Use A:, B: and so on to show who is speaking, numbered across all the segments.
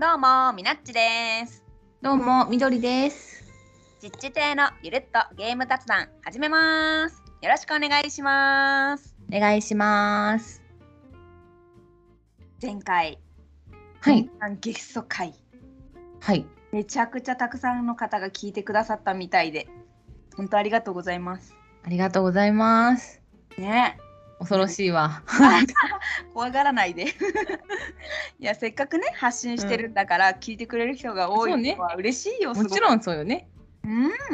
A: どうもみなっちです
B: どうも、みどりです。
A: 実地亭のゆるっとゲーム雑談始めますよろしくお願いします
B: お願いします。
A: 前回
B: はい、
A: ゲスト会
B: はい、
A: めちゃくちゃたくさんの方が聞いてくださったみたいで本当ありがとうございます
B: ありがとうございます。
A: ね
B: 恐ろしいわ。
A: 怖がらないで いやせっかくね発信してるんだから、聞いてくれる人が多いのは嬉しいよ、
B: もち
A: ん
B: ろんそうよね。
A: う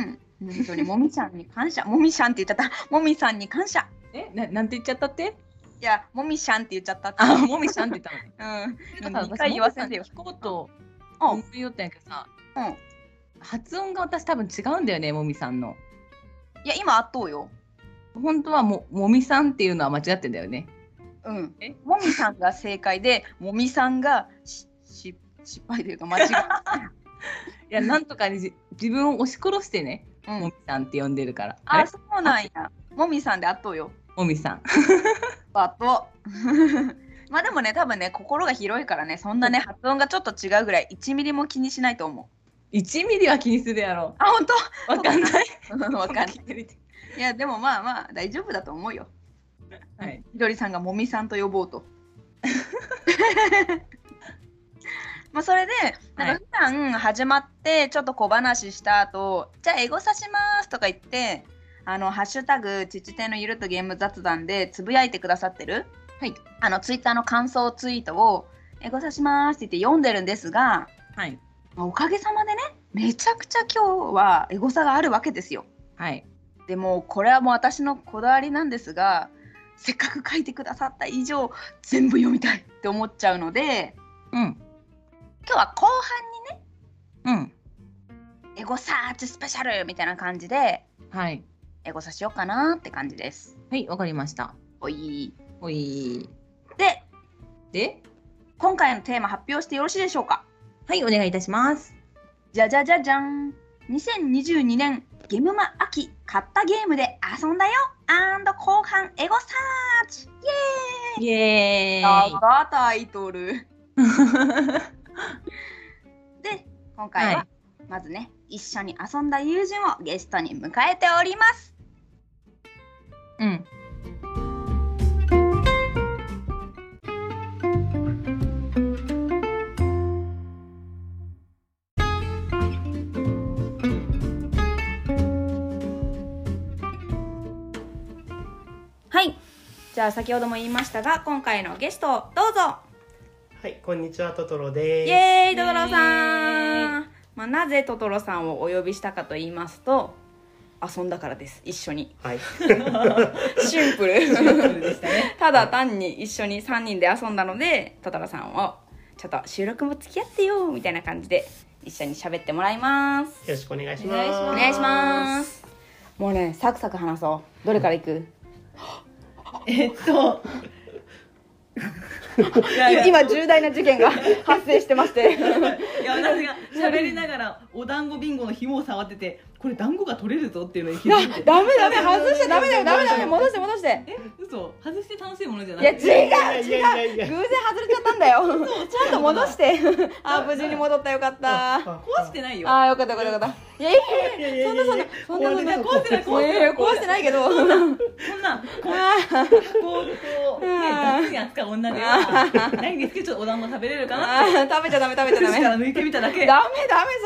A: ん本当にもみちゃんに感謝もみちゃんって言っちゃったもみさんに感謝
B: え、ななんて言っちゃったって？
A: いやもみしゃんって言っちゃったって
B: あ、もみさんって言 っ
A: う
B: た
A: ん
B: の。
A: 2回言わせてよ
B: 聞こうと
A: あ
B: 思いよったんやけどさ、
A: うん
B: 発音が私多分違うんだよね、もみさんの。
A: いや今圧倒よ
B: 本当はももみさんっていうのは間違ってんだよね。
A: うん
B: え
A: もみさんが正解でもみさんがしし失敗というか間違 い、
B: いや、なんとかにじ自分を押し殺してね、
A: う
B: も
A: ん
B: み、さんって呼んでるから。あ
A: あ
B: れ、
A: そうなんやもみさんで圧倒よ
B: もみさん。
A: 圧倒 まあでもね多分ね心が広いからねそんなね発音がちょっと違うぐらい1ミリも気にしないと思う
B: 1ミリは気にするやろ。
A: あ本当
B: わかんない。
A: わかんない
B: い。
A: いやでもまあまあ大丈夫だと思うよ
B: はい。
A: ひどりさんがもみさんと呼ぼ うと。まあそれでなんか普段始まってちょっと小話した後、じゃあエゴさしますとか言ってあの「ハッシュタグちちてのゆるっとゲーム雑談」でつぶやいてくださってる
B: はい。
A: あのツイッターの感想ツイートを「エゴさします」って言って読んでるんですが
B: はい。
A: まあおかげさまでねめちゃくちゃ今日はエゴさがあるわけですよ。
B: はい。
A: でもこれはもう私のこだわりなんですがせっかく書いてくださった以上全部読みたいって思っちゃうので
B: うん。
A: 今日は後
B: うん。
A: 半にエゴサーチスペシャルみたいな感じで
B: はい。
A: エゴサしようかなって感じです。
B: はい、わかりました。
A: おい
B: おい。
A: で
B: で、
A: 今回のテーマ発表してよろしいでしょうか
B: はい、お願いいたします。
A: じゃじゃじゃじゃん2022年ゲムマ秋買ったゲームで遊んだよアンド後半エゴサーチ
B: イエ
A: イエ
B: ー
A: ー
B: イ
A: イ。長タイトルで今回は、
B: はい
A: まずね一緒に遊んだ友人をゲストに迎えております
B: うん。
A: はいじゃあ先ほども言いましたが今回のゲストどうぞ
C: はい、こんにちは、トトロです。
A: イエー
B: イ
A: イトトロさん、まあ、なぜトトロさんをお呼びしたかと言いますと遊んだからです一緒に
C: はい、
A: シンプル
B: でしたね。
A: ただ単に一緒に3人で遊んだのでトトロさんをちょっと収録も付き合ってよみたいな感じで一緒に喋ってもらいます
C: よろしくお願いします。
B: お
A: お願いしますもうねサクサク話そうどれからいく
B: えっと。いやいや
A: 今重大な事 件が発生してまして
D: いや私が喋りながらお団子ビンゴの紐を触っててこれ団子が取れるぞっていうのに気づいて
A: ダメダメ外しちゃダメだよダメダメ戻して戻して
D: え嘘外して楽しいものじゃないい
A: や違う
C: いやいやいや
A: 偶
C: い
A: 然
C: や。
A: 外れちゃったんだよちゃんと戻してあー無事に戻ったよかったあ
C: 壊
D: 壊してないよ
A: ーよかったよかったよかったいやいや
C: いやいやいやいやいや。
A: そんなそんな
D: 壊してない壊して
A: い
D: な
A: や
D: い
A: 壊してないけどあ
D: こんなこ
A: ー
D: うこうこうねガッツリ扱う女ではないんですけどちょっとお団子食べれるかなっ
A: あー食べちゃダメ食べ
D: て
A: ちゃダ
D: 口
A: メ
D: か
A: ダ
D: ら抜いてみただけ
A: メダメ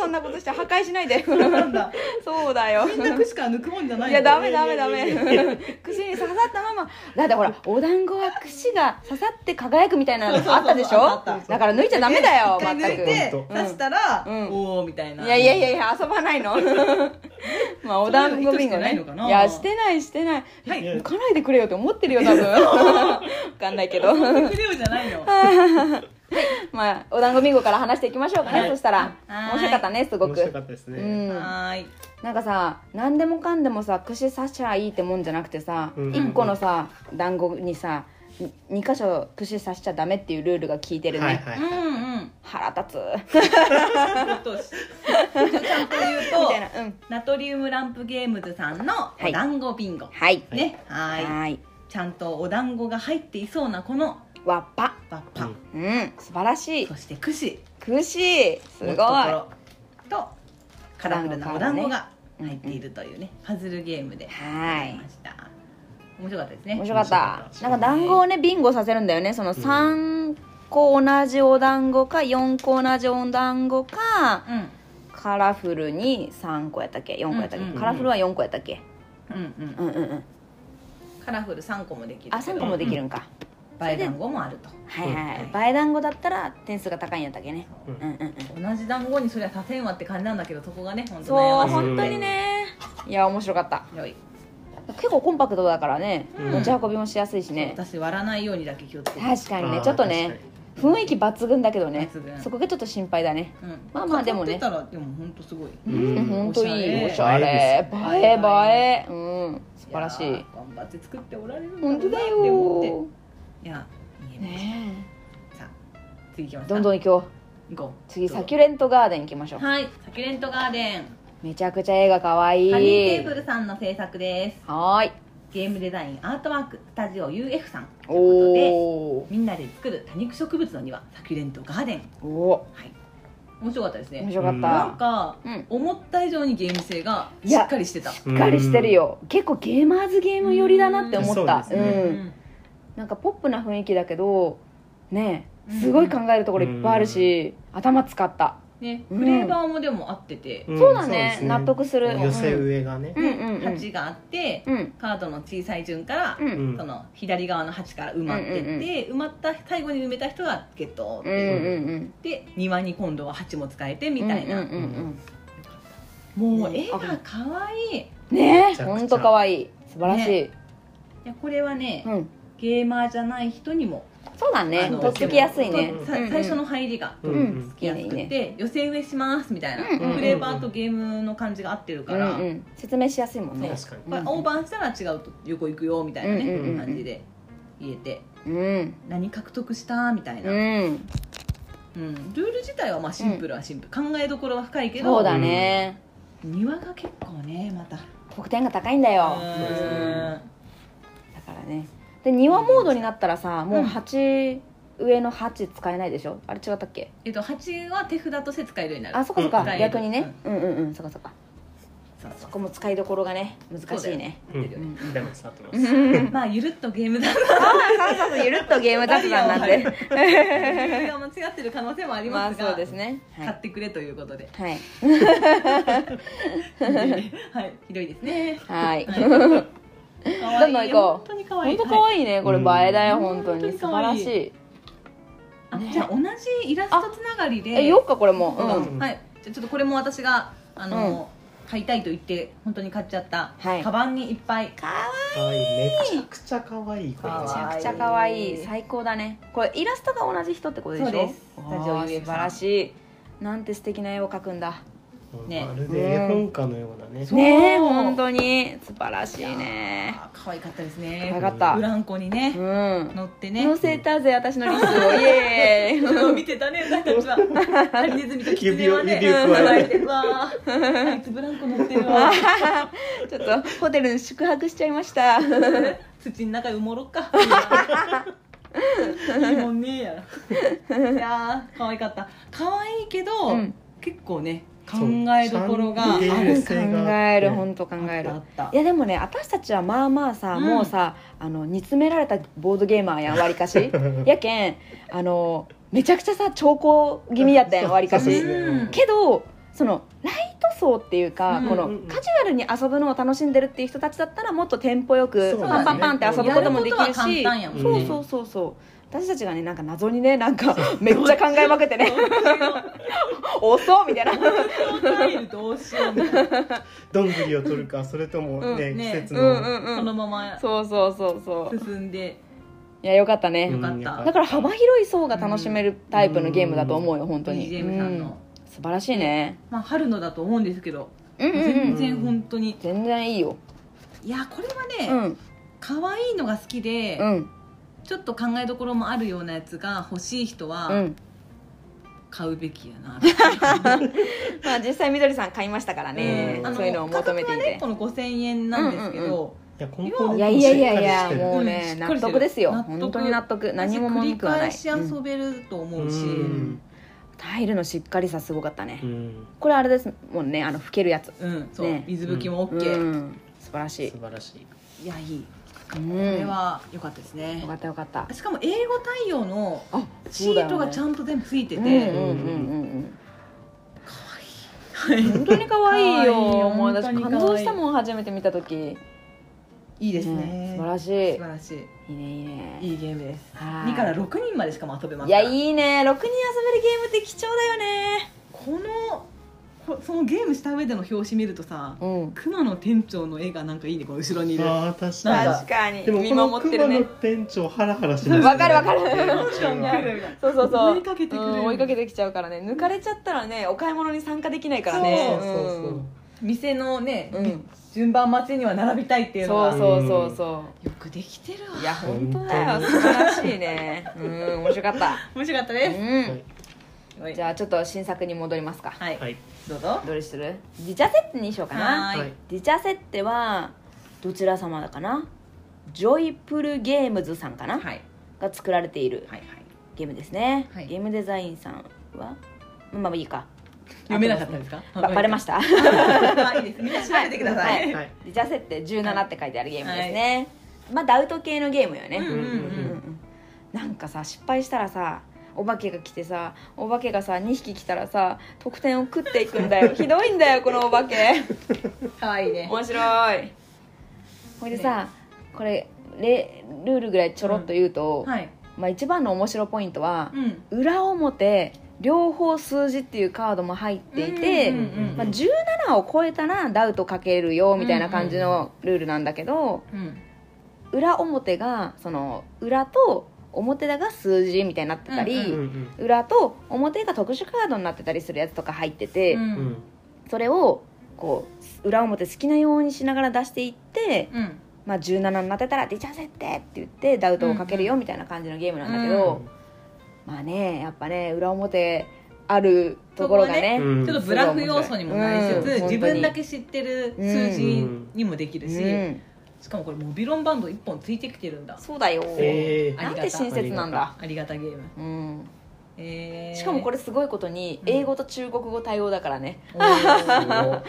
A: そんなことして破壊しないで
D: なんだ
A: そうだよ
D: みんな口から抜くもんじゃない
A: い
D: の
A: やダメダメダメ串に刺さったままだってほらお団子は串が刺さって輝くみたいなのあったでし
D: そうそう
A: ょ
D: そうあったあった
A: だから抜いちゃダメだよ
D: 一回
A: 全
D: 抜い
A: く
D: て
C: 全く
D: 刺したら
A: うん
D: おおみたいないい
A: やいやいやいや遊ばない のまあお団子ビンゴね
D: そういうの意図してないのかない
A: やしてないしてない
D: はい
C: や
A: 抜かないでくれよっ て思ってるよ多分わかんないけど
D: くれよじゃないの
A: まあお団子ビンゴから話していきましょうかね、
C: はい
A: そしたら
D: はい
A: 面白かったねすご
C: 面
A: く
C: 白かったです
A: う
C: ね。
A: ん
D: はーい
A: なんかさ何でもかんでもさ串刺しゃいいってもんじゃなくてさ、
C: うん
A: 一1個のさ団子にさ2箇所串刺しちゃダメっていうルールが効いてるね、
C: はいは
D: う
C: い。
D: んうん
A: 腹立つ
D: ことしちゃんと言う
A: み
D: と
A: たいなうん
D: ナトリウムランプゲームズさんの
A: い
D: お団子ビンゴ、
A: はい
D: ねは
A: は
D: ー
A: ー
D: い
A: い
D: ちゃんとお団子が入っていそうなこの
A: わっぱ
D: バッパ、
C: うん
A: うん素晴らしい
D: そして串
A: くしすごい
D: 置くところとカラフルなお
A: お
D: 団
A: 団
D: 子
A: 子
D: が
A: ね
D: 入っているというね、パズルゲームでご
A: は
D: ざい
A: い
D: ました面白かったですね
A: 面白かった
C: 面白か
A: な
C: った
A: んか団子をねビンゴさせるんだよねその3個同じお団子か4個同じお団子かカラフルに3個やったっけ4個やったっ
D: うんうんう
A: け
D: ん
A: カラフルは4個やったっけ
D: うんうんうん
A: うんうんうん
D: カラフル3個もできるけど
A: あ3個もできるんか
D: 倍団子もあると
A: はいは
D: う
A: い
D: ん
A: 倍団子だったら点数が高いんやったっけね
C: う
A: うんんうんうん
D: 同じ団子にそりゃさせんわって感じなんだけどそこがね本当
A: そう
D: 悩ましい
A: 本当にねいや面白かった
D: 良い
A: 結構コンパクトだからね
C: うん
A: 持ち運びもしやすいしね
D: そう私割らないようにだけ気をつけて
A: 確かに
C: あ
A: ね
C: ー
A: ちょっとね雰囲気抜群だけどね
D: 抜群
A: そこがちょっと心配だね
D: うん
A: まあまあでもね
D: 飾ってたらでも本当すごい
C: 確かに
A: う
C: うん
A: ん本当いい
D: お
A: お
D: し
A: し
C: ゃ
A: ゃ
C: れ
A: れ映え
D: 映えです
A: 映えうん素晴らし
D: や
A: い
D: ー頑張って作っておられるん
A: 本当だ
D: ろうなって思
A: よ
D: っていやいいね
A: ね
D: さあ次行きま
A: え
D: す
A: どんど
D: ん
A: ん行こう
D: 行こう
A: 次サキュレントガーデン行きましょう
D: はいサキュレントガーデン
A: めちゃくちゃ映画かわいい
D: ハニーテーブ
A: は
D: ルさんの制作です
A: ーい
D: ゲームデザインアートワークスタジオ UF さんという
A: お
D: ことで
A: ー
D: みんなで作る多肉植物の庭サキュレントガーデン
A: お
D: 面白かったです
A: ー面
D: ね
A: 白かっ
D: なん
A: た
D: か、
A: うん
D: 思った以上にゲーム性が
A: い
D: し
A: や
D: っかりしてた
C: し
A: しっかりしてるよ結構ゲーマーズゲーム寄りだなって思った
C: う
A: うん
C: そうですね
A: んなんかポップな雰囲気だけどねえ
D: うん
A: すごい考えるところいっぱいあるし頭使った
D: ね
A: うん
D: フレーバーもでも合ってて、
C: ん
A: そうだね
C: です
A: 納得する
C: 寄せ植えがね
A: うんうんうん
D: 鉢があって、
A: うん
D: カードの小さい順から、
A: う
C: うんん
D: その左側の鉢から埋まってって、
A: うんうんうん
D: 埋まった最後に埋めた人がゲットっ
A: うん
D: て
A: う
D: 言っ
A: んうん
D: て、庭に今度は鉢も使えてみたいな、
A: うんうんうん
D: もう絵が可愛いい
A: うんね
C: め
A: え
C: ちゃくちゃ
A: ほんとかわいい素晴らしい
D: やこれはね、
A: うん
D: ゲーマーじゃない人にも
A: そうだ
D: あ
A: ね
D: の
A: とっつきやすいね
D: さ
A: うんうん
D: 最初の入りが
C: うん
A: うん
D: きやすくて、
A: いいね
D: 寄せ植えしますみたいな、
A: うんうんうん
D: フレーバーとゲームの感じが合ってる
A: う
D: か
A: ん
D: ら、
A: うん説明しやすいもんね
C: 確かに
D: まあ、オーバーしたら違うと横行くよみたいなね、
A: うん
C: うんうん
D: 感じで言えて
A: うん
D: 何獲得したみたいな、
A: う
D: うん
A: ん
D: ルール自体はまあシンプルはシンプル、考えどころは深いけ
A: そう
D: ど
A: だね
D: 庭が結構ねまた
A: 得点が高いんだよ
D: うん
A: だからねで庭モードになったらさもう鉢上の鉢使えないでしょあれ違ったっけ
D: えっと鉢は手札として使えるようになる
A: あそっかそっ
C: う
A: か
C: ん
D: 使える
A: 逆にねうんうんうんそっかそっか
D: そうそ
A: そうこも使いどころがね難しいね
C: うん
D: そうだよ
A: うん
C: でもさとま
A: う
C: す
A: ん
D: まあゆるっとゲームだ
A: ああそうそうゆるっとゲーム雑談なんで
D: なが間違ってる可能性もあり
A: ま
D: ま
A: あ
D: すが、
A: そうですねは
D: 買っ
A: い
D: てくれとい うことで、
A: はい
D: はい、ひどいですね。
A: はい
D: ど
A: んどん行こう
D: 本当に可愛い
A: 本当可愛いねこれ映えだよ
D: うん
A: 本当に
D: 本
A: 素
D: 当に可
A: 晴
D: 愛
A: ら
D: い
A: しい
D: あ
A: ね
D: じゃあ同じイラストつながりで
A: えよっかこれもう
D: うんんはいじゃあちょっとこれも私があの、買いたいと言って本当に買っちゃった、
A: はい
D: カバンにいっぱい
C: 可愛いめちゃくちゃ可愛いこれ
D: 可
A: めち
D: 愛い
A: ゃくちゃ可愛い最高だねこれイラストが同じ人ってことでしょ
D: そうです
A: わ
D: スタ
A: あ
D: ジオ UF
A: 素晴らしいなんて素敵な絵を描くんだ
D: ね
C: まるで絵本家のようなね
A: ねえ本当に素晴らしいね
D: あー可愛かったです
A: 可愛
D: ね
A: かった
D: ブランコに
A: う
D: ね、
A: ん
D: 乗ってね
A: 乗せたぜ私のリスをイエーイ
D: 見てたね私たちはハリネズミとキツネはね
C: 指を指を加え
D: て わーあいつブランコ乗ってるわ
A: ちょっとホテルに宿泊しちゃいました。
D: 土の中に埋もろっかいいもんねやいやー可愛かった可愛いけど、
A: うん
D: 結構ね考
C: そう
D: えどころがあ
C: ちゃんとゲーム
A: 考
C: 性があって
A: える本当考える
D: あ。ったあった
A: いやでもね私たちはまあまあさ、
D: うん
A: もうさあの煮詰められたボードゲーマー やんわりかしやけんあのめちゃくちゃさ兆候気味やったやんわりか
C: そう
A: し
C: そうそう
D: うん
A: けどそのライト層っていうか、
D: うん
A: この
C: うんうん
A: カジュアルに遊ぶのを楽しんでるっていう人たちだったらもっとテンポよく
C: そうだ
A: パ
D: ね
A: ンパンパンって遊ぶこともでき
D: や
A: る
D: ることは簡
A: し
D: 単やもん
C: ね
A: そうそうそうそう私たちがねなんか謎にねなんかめっちゃ考えまくってね遅っみたいな
D: タイルどうしようみたいな
C: どんぐりを取るかそれともね
A: う
C: 季
D: ね
C: 節
A: うん
C: の
A: うん
D: こ
A: うん
D: のまま
A: そうそうそうそう
D: 進んで
A: いやよかった
C: う
A: ね
C: ん
D: よかっ
C: よか
D: た
C: っ
A: だから幅広い層が楽しめるタイプのゲームだと思うよ本当に
D: BGM さんの、
A: うん素晴らしいね
D: まあ、春のだと思うんですけど、
A: うんうんう
D: 全
A: ん
D: 然本当に
A: 全然いいよ
D: いやこれは
A: う
D: ね、
A: ん
D: 可愛いのが好きで、
A: うん
D: ちょっと考えどころもあるようなやつが欲しい人
A: う
D: は
A: ん
D: 買うべきやな、
A: まあ実際みどりさん買いましたからね
C: うん
A: そういうのを求めてい
D: ね
A: て
D: この5000円なんですけど、
A: うんうん
C: いやコンポー
A: いや
C: ネントも
A: い
C: し
A: や
C: っ
A: いやい
C: か
A: や
C: りしてる
A: もうね
D: うんしっか
A: 納
D: りしてる
A: 得ですよ
D: 納得
A: 本当に納得何も文句はない
D: 繰り返し遊べると思うし、
C: うん
A: タイルのしっかりさすごかったね、
C: うん、
A: これあれですもんねあの拭けるやつ
D: うんそう、
A: ね
D: 水拭きも OK、
A: うん素晴らしい
C: 素晴らしい
D: いやいい
A: うん
D: これは良かったですね
A: よかったよかった
D: しかも英語対応の
A: あ
D: シートがちゃ
A: ん
D: んと全部ついてて、
A: うんうんうんうん
D: はい
A: 本当に可愛いよ
D: 可愛い
A: もう私
D: 本当に可
A: 感
D: 愛い
A: 動したもん初めて見た時
D: いいです
A: ね
D: ね
A: 素晴らし
D: 素
A: い
D: 晴らしい
A: いいねいいね
D: いいゲームです
A: はい
D: 2から6人までしかも遊べます
A: い
D: か
A: や
D: ら
A: いいね6人遊べるゲームって貴重だよね
D: このこそのゲームした上での表紙見るとさ
A: うん
D: 熊野店長の絵がなんかいいねこの後ろにいる
C: あー確
D: なん
C: か
D: か
A: 確か
C: に
A: に
C: でも
A: 見
C: この
A: 守ってる
C: 熊の
A: ね
C: 店長ハラハラしますね
A: わかるわかる
D: みたいな
A: そうそうそう
D: 追いかけてくれる
A: うん追いかけてきちゃうからね抜かれちゃったらねお買い物に参加できないから
C: そう
A: ね
C: そうそう
D: 店のね、
A: うんうん
D: 順番待ちには並びたいっていうの
A: そう
D: は
A: そうそうそ
D: よくできてるわ
A: ういや本当だ
C: 本
A: よ
C: 当
A: 素晴らしいねうん面白かった
D: 面白かった
A: う
D: で
A: ん
D: す、はい
A: じゃあちょっと新作に戻りますか
D: はい、
C: はい
D: どうぞ
A: どれするディチャセッテにしようかな
D: は
C: はいい
A: ディチャセッテはどちら様だかなジョイプルゲームズさんかな、
D: はい
A: が作られている
D: はいはい
A: ゲームですね、
D: はい
A: ゲームデザインさんはまあまあいいか
D: 読めなかったですか
A: ばバレま
D: し
A: した
D: たいいですみんな調べてください、
A: はい
C: はい
A: リチャセって17って書いてあるゲームですね、まあダウト系のゲームよね、
D: うんうん
A: うんうんなんかさ失敗したらさお化けが来てさお化けがさ2匹来たらさ得点を食っていくんだ よひどいんだよこのお化け
D: うんかわいいね
A: 面白いほいでさこれレルールぐらいちょろっと言うと、
D: はい
A: まあ、一番の面白ポイントは、
D: うん
A: 裏表両方数字っていうカードも入っていて、
D: うんうんうん
A: まあ、17を超えたらダウトかけるよみたいな感じのルールなんだけど、
D: うん
A: 裏表がその裏と表だが数字みたいになってたり、
D: うん
C: うんうん
A: 裏と表が特殊カードになってたりするやつとか入ってて、
D: うん
C: うん
A: それをこう裏表好きなようにしながら出していって、
D: うん
A: まあ、17になってたら「出ちゃせって!」って言ってダウトをかけるよみたいな感じのゲームなんだけど、まあねやっぱね裏表あるところがね
C: そこはねうん
D: ちょっとブラフ要素にもなりつ
A: うん
D: つ、自分だけ知ってる数字にもできるし、
A: うん、
D: しかもこれモビロンバンド1本ついてきてるんだ
A: そうだよ、
C: え
D: あ
A: な
D: り
A: ん
D: がた
A: て親切なんだ、
D: ありがたゲーム、
A: うん、
D: えー、
A: しかもこ
D: れ
A: れすごいことに
D: うん
A: 英語と中国語対応だからね、
C: ーすごい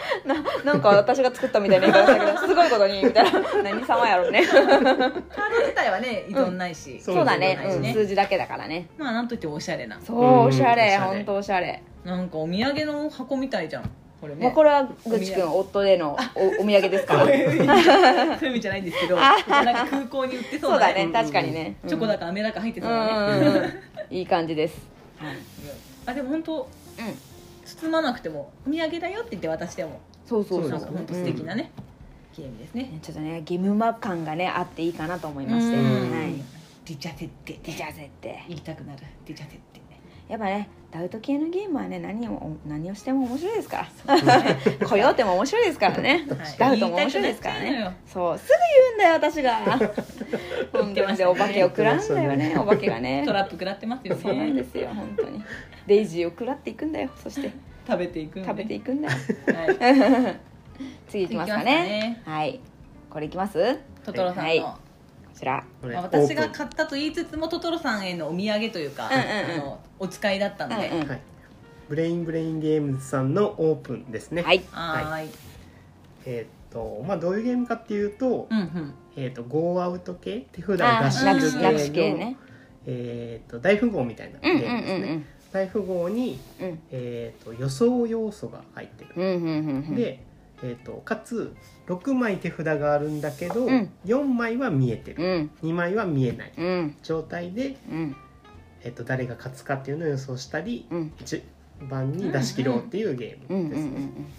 A: なんか私が作ったみたいな言い方だけどすごいことにみたいな何様やろね
D: カード自体はね依存ないし、
C: そ
A: そうだね
D: そうだね
A: うん数字だけだからね
D: まあなんといってもおしゃれな
A: そう
C: うん
A: おしゃ
C: おし
A: れ
C: ゃれ
A: 本当おしゃれ
D: なんかお土産の箱みたいじゃんこれ
A: も
D: ね
A: うこれはぐちくん夫へのおお土産ですから
D: そういう意味じゃないんですけどなんか空港に売ってそう
A: そう
D: な
A: だね
C: ん
A: 確かにね
D: チョコだ
A: か
D: か飴だか入って
A: う
D: そ
A: ん
D: う
A: う
D: だね、
A: んうんうんいい感じですはい
D: あでも本当
A: うん
D: 包まなくてもお土産だよって言って渡しても
A: そうそうそ
D: な
A: うん
D: か本当素敵なね、ゲームですね
A: ちょっとねゲームマップ感がねあっていいかなと思いまして、
C: うん
A: はい、
D: ディチャテって
A: ディジャゼって
D: 言いたくなるディチャテって
A: やっぱねダウト系のゲームはね何を何をしても面白いですからコヨーテも面白いですからね、
D: はい
A: ダウトも面白いですから
D: 言いたくなっ
A: ね
D: ち
A: そうすぐ言うんだよ私が本当にでお化けを食らうんだよねお化けがね
D: トラップ食らってますよ
A: そうなん
D: ね
A: ですよ本当にデイジーを食らっていくんだよそして
D: 食べていくんで
A: 食べていくんだよ
D: はい
A: 次いきますか
D: い
A: ね
D: きますかね
A: はいこれいきます
D: トトロさんの、
A: はいこちら
C: これ
D: まあ私が
C: オープ
D: 買ったと言いつつもトトロさんへのお土産というか、
A: んうんうん
D: あのお使いだったので、
A: うんうん
C: ンはいブレインブレインゲームズさんのオープンですね
A: はい
D: はーい、
C: えーっとまあどういうゲームかっていうと
D: うんうん
C: えーっとゴーアウト系手札を出
A: あー
C: し
D: な
A: な
D: く
A: く
C: る
A: し
C: 系
A: な
C: の
A: くし系ね
C: えーっと大富豪みたいな
A: う
C: ゲ
A: んうん
C: ーム
A: う
C: ですね
A: ん
C: 大富豪に、
A: うんうん
C: えー、と予想要素が入って
A: う
C: る、
A: んうんうんうん
C: で、えー、とかつ6枚手札があるんだけど、
A: うん
C: 4枚は見えて
A: う
C: る、
A: ん
C: 2枚は見えない
A: うん
C: 状態で、
A: うん
C: えー、と誰が勝つかっていうのを予想したり
A: うん
C: 一番に出し切ろうっていうゲー
A: うんうん
C: ム
A: うん
C: で
A: う
C: す、
A: ん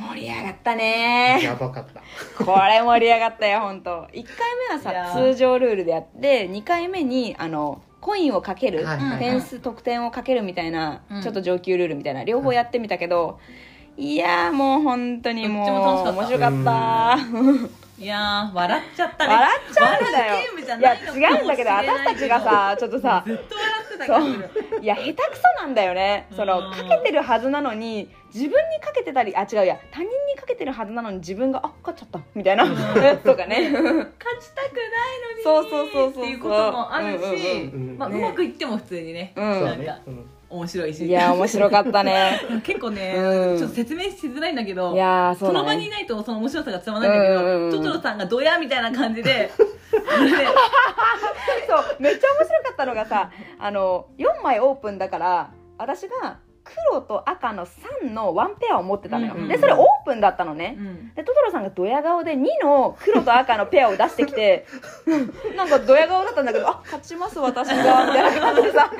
A: 盛り上がったね
C: やばかった
A: これ盛り上がったよ本当1回目はい
D: や
A: さ
D: ー
A: 通常ルールでやって2回目にあのコインをかける
C: はいはい
A: 点数得点をかけるみたいな
D: うん
A: ちょっと上級ルールみたいな両方やってみたけどいやーもう本当にもう
D: どっちも楽
A: 面
D: し
A: 白かった
D: いやー笑っちゃったね
A: 笑っちゃうんだよ
D: 笑うゲームじゃ
A: い
D: な
A: や
D: いのかも
A: 違うんだけど
D: し
A: 私
D: れない
A: たちがさちょっとさ
D: ずっと笑ってた気がする
A: いや下手くそなんだよねその
D: うん
A: かけてるはずなのに自分にかけてたりあ違ういや他人にかけてるはずなのに自分があ勝っちゃったみたいなとかね
D: 勝ちたくないのに
A: そうそうそうそう
D: っていうこともある
C: うん
D: し、
C: うんうん
D: まあ、
A: ね
D: うまくいっても普通にね、
A: う
C: そ
A: ん
C: うね、うん
D: お面白いし
A: いや面白かったね
D: 結構ね、
A: うん
D: ちょっと説明しづらいんだけど
A: いやー
D: そ
A: そう
D: の
A: だ
D: 場にい
A: ね
D: ないとその面白さが伝わらないんだけど、
A: うんうんうん
D: トトロさんがドヤみたいな感じでそれで
A: そうめっちゃ面白かったのがさあの4枚オープンだから私が黒と赤の3のワンペアを持ってたのよ、
D: うんうんうん
A: でそれオープンだったのね、
D: うん
A: でトトロさんがドヤ顔で2の黒と赤のペアを出してきて なんかドヤ顔だったんだけど「あ勝ちます私が」みたいな感じでさ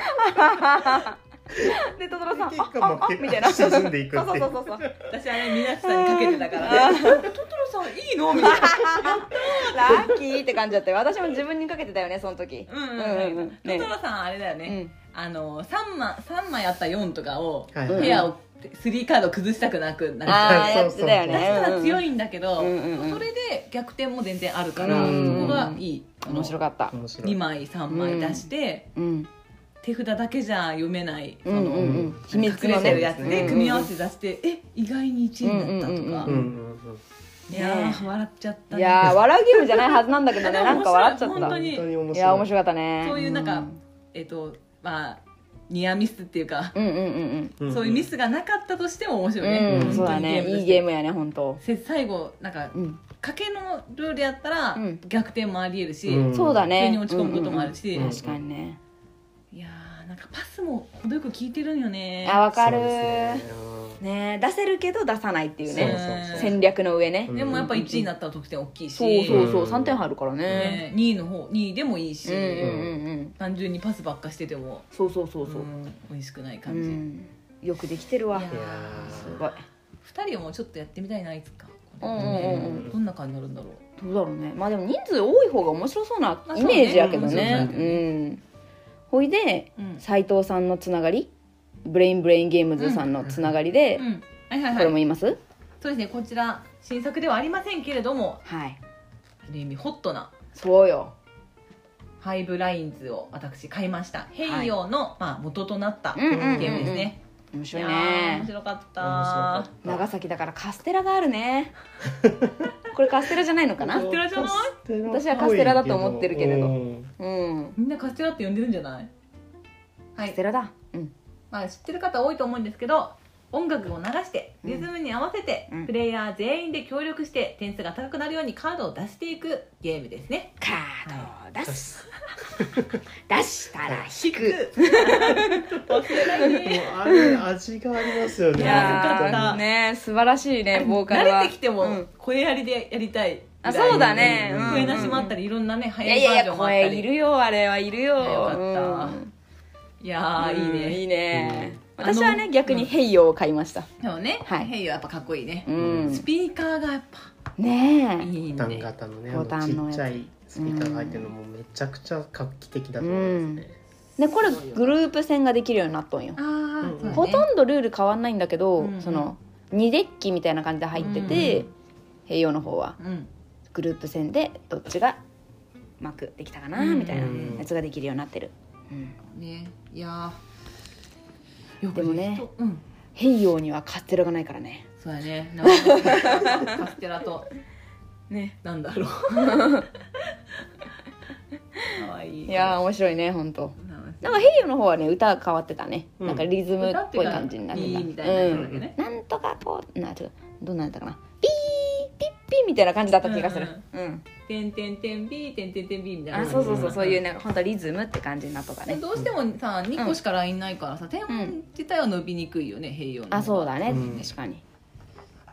A: でトトロさん「
C: 結
A: あ
C: 果
A: ああ
C: 負け
A: みたいなそうそう
C: 沈んでいく
A: そ
C: って
A: う
C: いう
A: そうそう
D: 私あれ皆さんにかけてたからねトトロさんいいのみたいな
A: ラッキーって感じだったよ私も自分にかけてたよねその時
D: うんうん
A: うんうん
D: ト
A: ね
D: トロさんあれだよ
A: う
D: ね、
A: ん
D: あの3枚三枚あった4とかを
C: はい
A: うん
D: ペアを3カード崩したくなくなる
A: ああ
C: そ
A: や
C: う
A: っ
C: そ
A: て
C: うそう
A: たよ
D: 出
A: ね
D: したら強
A: い
D: いんだけど、
A: うんうんうん
D: それで逆転も全然あるから、
A: うん
D: そこがいい
A: 面白
D: っ
A: かった
C: 面白い
D: 2枚3枚出して、
A: うん
D: 手札だけじゃ読めないそ
A: うんう
D: の、
A: んうん秘
D: 隠
A: 密
D: れ
A: の
D: て
A: ね
D: るやつ
C: うんうんう
D: で
C: ん
D: 組み合わせ出して、え意外に1位になった
A: う
D: とか、
A: ん
C: うんうん
D: いやー笑っちゃった
A: いやー笑うゲームじゃないはずなんだけどねなんか笑っちゃっ
D: 本当
A: た
D: に
C: うん、本当に面白い
A: いや面白かったね
D: そういうなんか、
A: ん
D: えっ、とまあニアミスっていうか、
A: うんうんうん
C: うん
D: そういうミスがなかったとしても面白いね
A: う、ん、
D: 本当
A: う
D: に
A: ん、そうだねいいゲームやね本当
D: としてせ最後なんか
A: うん
D: 賭けのルールやったら
A: うん
D: 逆転もありえるし、
C: うん
A: そうだ
D: 急
A: ね
D: に落ち込むこともあるし、
C: うんうんうん
A: 確かにね
D: いやーなんかパスも程よく効いてるんよね
A: あわかる
C: そうです
A: ね
C: ね
A: 出せるけど出さないっていうね
D: そう
A: 戦略の上ね
C: うん
D: でもやっぱ1位になったら得点大きいし、
A: そうそうそう
C: うん
A: 3点入るからね
D: ね、2位の方2位でもいいし、
A: うんうんうんうん
D: 単純にパスばっかしてても
A: そうそうそうそううん
D: 美味しくないう感じ、
A: んよくできてるわ
D: いや
A: す
C: いや
A: ごい
D: 2人もちょっとやってみたいないつか、
A: うんうんうんうん
D: どんな感じになるんだろう
A: どうだろうねまあでも人数多い方が面白そうな
D: あ
A: イメージやけど
D: そうね
A: ねうんほいで
D: うん、
A: 斎藤さんのつながりブレインブレインゲームズさんのつながりで
D: うん、はいはい
A: こ
D: はい
A: れも言います
D: そうですねこちら新作ではありませんけれども
A: はい
D: ある意味ホットな
A: そうよ
D: ハイブラインズを私買いました変容の、まあ、元となった
A: う
D: ゲ
A: んうんうんうん
D: ームですね、
A: 面
D: い
A: 白い
D: やー面
A: ね
D: 白かった
C: 面白か
A: 長
C: っ
A: 崎だからカステラがあるね これカステラじゃないのか
C: た
A: な
D: カステラじゃない
A: 私はカステラだと思ってるけれど
C: うん
A: うん
D: みんなカステラって呼んでるんじゃないは
A: カス
D: い
A: テ、ラだうん
D: まあ、知ってる方多いと思うんですけど音楽を流して
A: うん
D: リズムに合わせて、
A: うん
D: プレイヤー全員で協力して点数が高くなるようにカードを出していくゲームですね
A: カードを出す出したら引く
C: もうあれ味がありますよね
D: いやーよかった
C: 本当に
A: ね素晴らしいねボーカ
D: 慣
A: ルは
D: れてきて
A: う
D: も
A: ん
D: 声ありでやりたい
A: あそうだね
C: うん
D: 声なしもあった
A: り
D: りいろんなね
A: い
D: 流行
A: やい
D: り
A: や
D: バー
A: い
D: ジ
A: や
D: ョンもあった
A: 声い
D: り
A: るよあれはいるよ
D: よかったいやーいい
A: うんい
D: ね
A: いね
D: うん
A: 私は
D: あ
A: ね
D: の
A: 逆に「
D: うん
A: ヘイヨー」を買いました
D: でもね
A: はい
D: ヘイヨーやっぱかっこいいね
A: う
C: うん
A: ん
D: スピーカーがやっぱい
A: ね
D: い
C: ボ
D: ん
C: タン
D: で
C: 型のね
A: ボタ
C: あ
A: ンの
C: のち
A: や
C: っ
A: つ
C: ちゃいスピーカーが入ってるのもめちゃくちゃ画期的だと思うんですね
A: えねこれグループ戦ができるようになっとんよ
D: あー
C: うん
D: そうだね
A: ほとんどルール変わんないんだけど、
D: うん
A: その2デッキみたいな感じで入ってて、
D: うん
A: 併用の方は
D: うん
A: グループ戦でどっちがうまくできたかな
D: うん
A: みたいな
C: うん
A: やつができるようになってる、うん、
D: ねいやーよ
A: でもね
D: きっとうん
A: 併用にはカステラがないからね
D: そうや ねなんかカステラと
A: ね
D: なんだろうかわいい
A: いやー面白いね本当
D: なん
A: なんか併用の方はね歌変わってたね、
C: うん
A: なんかリズムっぽい感じになって
D: い
A: た
D: いみたいな
A: う
D: やつだ
A: ん、
D: けね
A: なんとかこうな違うどうなんだったかなピーピッピーみたいな感じだった気がする、うん
D: てんてんてん B てんてんてん B みたいな
A: あそうそうそうそういう
D: ね
A: なんか本当リズムって感じになっとかね
D: どうしてもさ2個しかラインないからさ点
A: ん
D: 自体は伸びにくいよね併用の方
A: あそうだね、
C: うん
A: 確かに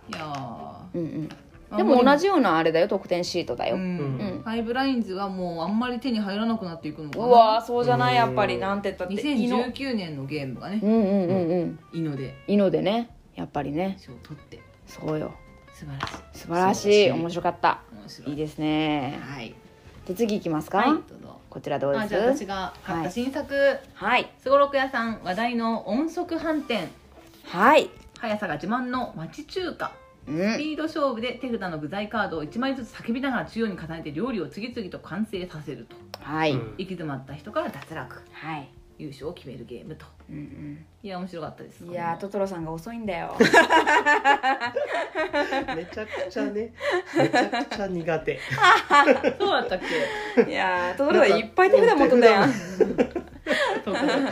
D: いや
A: うんうん
D: ー
A: でも同じ
D: よ
A: ようなあれだよ得点シートだよ、
D: う
A: うん
C: うん
D: んファイブラインズはもうあんまり手に入らなくなっていくのかな
A: わーそうじゃないやっぱ
C: う
A: り
C: ん
A: なんて言ったっていの
D: 2019年のゲームが
A: う
D: ね
A: んうんうんうん
D: イノで
A: いのでねやっぱりね
D: 賞を取って
A: そうよ
D: 素晴らしい
A: 素晴らしい
C: 素晴らしい
A: 面白かった
D: 面白
A: いい
D: い
A: ですね
D: はい
A: じゃあ次行きますか、
D: はいどうぞ
A: こちらどう
D: あ
A: で
D: じゃあ
A: す
D: 私が買っ
A: は
D: た
A: い
D: 新作
A: はい
D: すごろく屋さん話題の音速反転
A: はい
D: 速さが自慢の町中華
A: う
D: ス
A: ん
D: ピード勝負で手札の具材カードを1枚ずつ叫びながら中央に重ねて料理を次々と完成させると
A: はい、
C: うん
D: 行き詰まった人から脱落
A: はい、
D: 優勝を決めるゲームと
A: うん
D: いや面白かったです
A: うん、いやー
D: こ
A: トトロさんが遅いんだ よ
C: めちゃくちゃねめちゃくちゃ苦手
D: れもそうだったっけ
A: いやートトロさんいっぱい手札持ってたやん
C: 手札
D: そう そうそう1回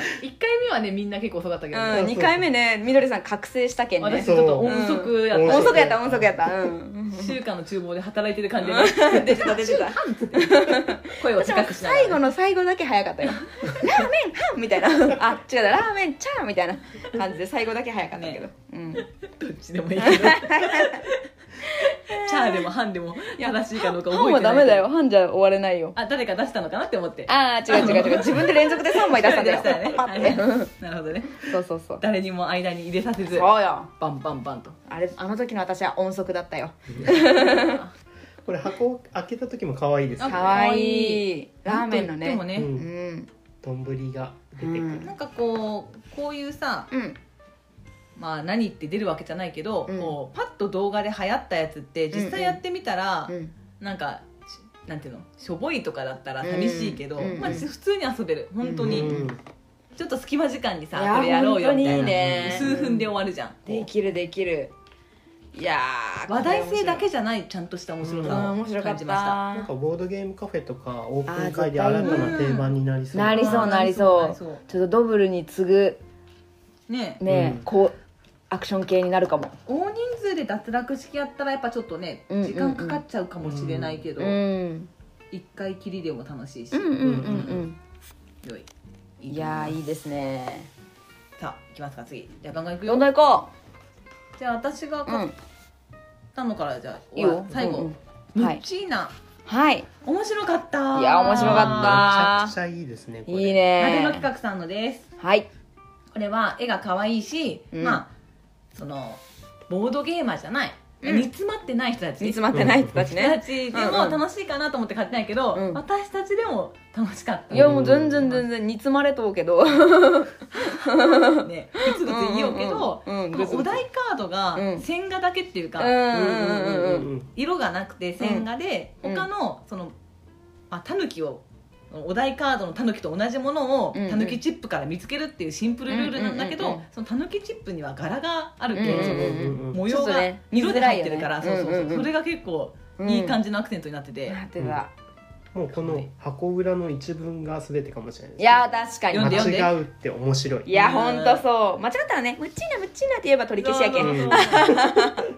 D: 目はねみんな結構遅かったけど、
A: うん、二回目ね、みどりさん覚醒したけんね
D: 私。ちょっと音速やった、
A: 音速やった、音速やった。うん。
D: 中華の厨房で働いてる感じで、
A: 出てた、出てた。
D: 声を
A: 私
D: 高
A: も
D: くしながら
A: 最後の最後だけ早かったよ。ラーメン、ハンみた いな。あ、違う、ラーメン、チャーみたいな感じで最後だけ早かったけど。 うん。
D: どっちでもいいけどチャーでもハンでも正しいかどうか
A: ハ
D: 覚え
A: ン
D: てない
A: はダメだよ。ハンじゃ終われないよ。
D: あ誰か出したのかなって思って
A: あー、違う違う 違う。自分で連続で三枚出したん だよ。
D: 出したよね
A: パッて。
D: なるほどね
A: そうそうそう。
D: 誰にも間に入れさせず
A: そうよ。
D: バンバンバンと
A: あれ、あの時の私は音速だったよ。
C: これ箱を開けた時も可愛いです
A: か
C: ね
D: あ
A: わいい。ラーメンの
D: でも
A: ね。
C: う
D: ね、
A: うんん。
C: 丼が出てくる、
A: うん
D: なんかこうこういうさ
A: うん。
D: まあ何って出るわけじゃないけど、
A: うん
D: こうパッと動画で流行ったやつって実際やってみたら、
A: うん。
D: なんかしなんていうのしょぼいとかだったら寂しいけど、
A: うんうん
D: まあ、普通に遊べる本当に、
C: うん
D: ちょっと隙間時間に
A: い
D: さ
A: や
D: これやろうよみたい
A: 本当にいい
D: な
A: ね
D: 数分で終わるじゃん
A: できるできるいやー
D: 話題性だけじゃないちゃんとした面白
A: こ
D: さ
A: れは面
D: を
A: 白か
D: 感
A: った
D: じました
C: なんかボードゲームカフェとかオープン会で新たな定番になりそう
A: あー絶対いいなりそうそう
D: りそう
A: ちょっとドブルに次ぐ
D: ねえ
A: ね、
C: うん
A: こうアクション系になるかも
D: 大人数で脱落式やったらやっぱちょっとね
A: うんうんうん
D: 時間かかっちゃうかもしれないけど
A: うん
D: 一、
A: うん
D: 回きりでも楽しいし、
A: うんうん
D: 良い
A: うんいやーいいですね
D: さあ行きますか次じゃあガンガン行く
A: ど
D: よ
A: んどん行こ
D: じゃあ私が
A: うう
D: 買っ
A: ん
D: たのからじゃあ、
A: いいよ
D: 最後、
A: うんう
D: ム
A: んは
D: ッ
A: い、
D: チーナ、
A: はい、
D: 面白かった
A: いや面白かった
C: めちゃくちゃいいですねこれ
A: いい
D: 鍋の
A: ね
D: 企画さんのです
A: はい
D: これは絵が可愛いし、
A: うん
D: まあそのボードゲーマーじゃな
A: う
D: い、
A: ん
D: 煮詰まってない人たち
A: 煮詰まってない人たちね
D: 人たちでも楽しいかなと思って買ってないけど、
A: うん
D: 私たちでも楽しかった
A: いやもう全然全然煮詰まれとうけど
D: ねグツグツ言おうけど、
A: うんうんうんうん
D: このお題カードが
A: うん
D: 線画だけっていうか、
A: うんうんうんうん
D: 色がなくて線画で、
A: うん
D: 他のその、まあ、タヌキをお題カードのタヌキと同じものを
A: うんうん
D: タヌキチップから見つけるっていうシンプルルールなんだけど、
A: うんうんうんうん
D: そのタヌキチップには柄があるけ
A: うん
D: ど、
A: うん
D: その
C: うん
D: 模様
A: ちょっと
D: が
A: ね
D: 色で入ってるから、
A: 見づらいよね
D: そうそうそう、
A: うんうんうん
D: それが結構
A: うん
D: いい感じのアクセントになってて、
A: なってた
C: もうこの箱裏の一文が全てかもしれないです
A: いやー確かに
D: 読んで読んで
C: 間違うって面白
A: い
C: い
A: やほんとそう間違ったらね「ムッチーナムッチーナ」って言えば取り消しやけん
D: そううそ
A: ん
D: うそうそれ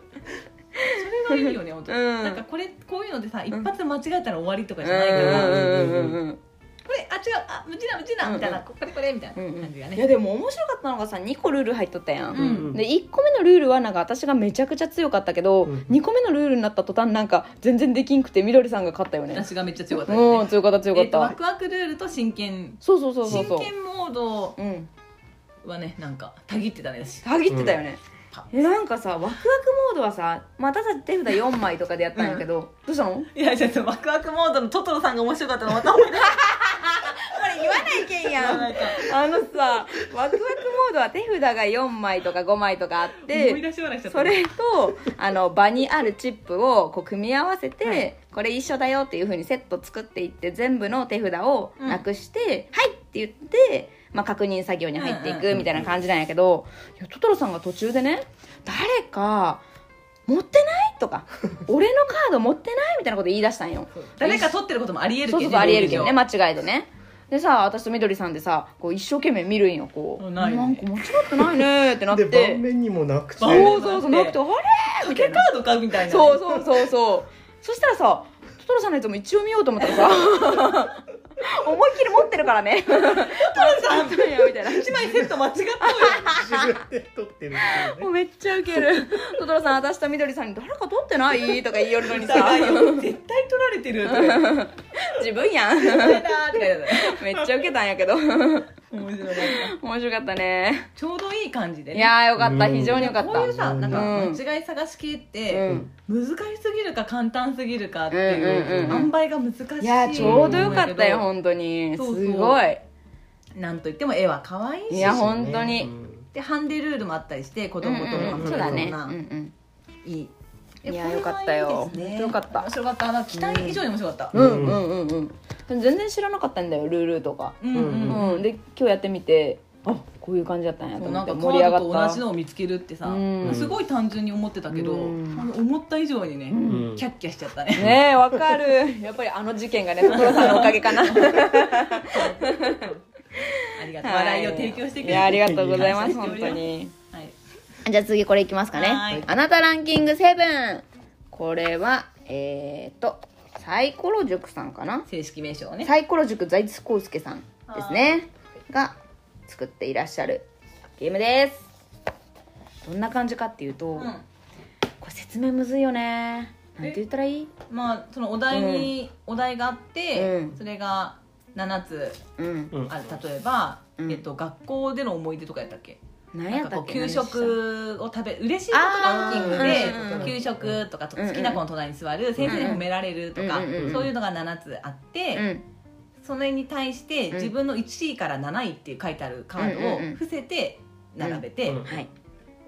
D: がいいよね本当に、
A: うん
D: なんかこれこういうのでさ一
A: ん
D: 発間違えたら終わりとかじゃないから、
A: うんうんうんうん
D: これあ違うあ無事だ無事だみたいな、
A: うん
D: これこれみたいな感じが
A: い
D: ね、
A: やでも面白かったのがさ2個ルール入っとったやん、
D: うん
A: で1個目のルールはなんか私がめちゃくちゃ強かったけど、
C: うん
A: 2個目のルールになった途端なんか全然できんくてみどりさんが勝ったよね
D: 私がめっちゃ強かったですね
A: うん強かった強か
D: え
A: っ
D: っと
A: た、
D: ワクワクルールと真剣
A: そうそうそうそうそう
D: 真剣モード
A: うん
D: はねなんかたぎってたね私
A: たぎってたよね、えなんかさワクワクモードはさ、まあ、私たち手札4枚とかでやったんやけど、どうしたのこ
D: いやちょっとワクワクモードのトトロさんが面白かったのまた思い出し
A: れ言わないけん
D: た
A: やん
D: なんか
A: あのさワクワクモードは手札が4枚とか5枚とかあって
D: 思い出し笑いしちゃった
A: それとあの場にあるチップをこう組み合わせて、これ一緒だよっていうふうにセット作っていって全部の手札をなくして「はい!」って言って、まあ、確認作業に入ってい
D: うんうん
A: くみたいな感じなんやけど、いやトトロさんが途中でね「誰か持ってない?」と か「俺のカード持ってない?」みたいなこと言い出したんよ。
D: 誰か撮ってることもありえるけ
A: そ
D: ど
A: うそうそうありえるけどね間違いでねでさ私とみどりさんでさこう一生懸命見るんよこう
D: うんないよね
A: んか間違ってないねってなっ
C: で盤
A: て
C: 面にもなくて
D: 盤面
A: そうそうそうなくてあれ
D: 掛けカード買うみたいな
A: そうそうそうそうそしたらさトトロさんのやつも一応見ようと思ったらさ思いっきり持ってるからねトトロさんみたいな
D: 一枚セット間違ったよ
C: 自分で撮ってるっていう
A: も
C: ね
A: うめっちゃウケるトトロさん私とみどりさんに「誰か取ってない?」とか言いよるのに
D: お
A: さ
D: 互いよ絶対撮られてるとか言って
A: 自分やん
D: 「誰だ」って書いて
A: めっちゃウケたんやけど面
D: ある面白い
A: 白かったね
D: ちょうどいい感じで
A: い
D: ね
A: やーよかった
C: うん
A: 非常によかった
D: こういうさなんか
A: うん
D: 間違い探し系って、
A: うん
D: 難しすぎるか簡単すぎるかっていう,、
A: うんうんうん
D: 塩梅が難しい
A: いやーちょうどよかったよ
D: と思うんだ
A: 本当に
D: そうそう
A: すごい
D: けどなんといっても絵は可愛いし
A: いや本当に
C: うん
D: でハンデルールもあったりして子
A: う
D: 供
A: ん
D: と
A: うん
D: の
A: うん
C: 子供
A: そうだね
D: 遊ぶよ
A: う
D: うなんいい
A: うんいや
D: これはいい
A: よかったよ
D: ですね
A: よかった
D: 面白かったなんか期待以上に面白かった、
A: うんうんうんうん全然知らなかったんだよルールとか
D: うん
A: う
D: うん
A: んで今日やってみてあこういう感じだったんやと
D: そう
A: 思
D: な
A: っ
D: ん
A: て
D: かカ
A: 盛り上
D: ード
A: が
D: と
A: っ
D: 同じ
A: た
D: のを見つけるってさ、
A: うん
D: すごい単純に思ってたけど、
A: うん
D: あの思った以上にね、
C: うん
D: キャッキャしちゃった ね
A: ねえわか るやっぱりあの事件がね所さんのおかげかな
D: ありりがとう、笑いを提供してく
A: い
D: れ
A: やあ
D: て
A: りがとうございます
D: 感謝
A: 本当
D: しております
A: に
D: はい
A: じゃあ次これいきますかね
D: はーい
A: あなたランキング7これはえっ、ー、とサイコロ塾さんかな
D: 正式名称をね
A: サイコロ塾財津康介さんですねが作っていらっしゃるゲームですどんな感じかっていうと、
D: うん
A: これ説明むずいよねなんて言ったらいい
D: まあそのお題に、お題があって、
A: うん
D: それが7つ
A: うん
C: うん
D: あ例えば、
A: うん
D: えっと、学校での思い出とかやったっけ
A: 何や
D: なん
A: っ
D: か
A: た
D: こ
A: っ
D: う
A: け
D: 給
A: 何でし
D: 食を食べ嬉しいことランキング
A: あ
C: ーうん
D: で給食とかとか
A: うん
D: 好きな子の隣に座る先生に褒められるとか
A: うんうん
D: そういうのが7つあったてそれに対して
A: うん
D: 自分の1位から7位っていう書いてあるカードを
A: うんうんうん
D: 伏せて並べて
A: うんはい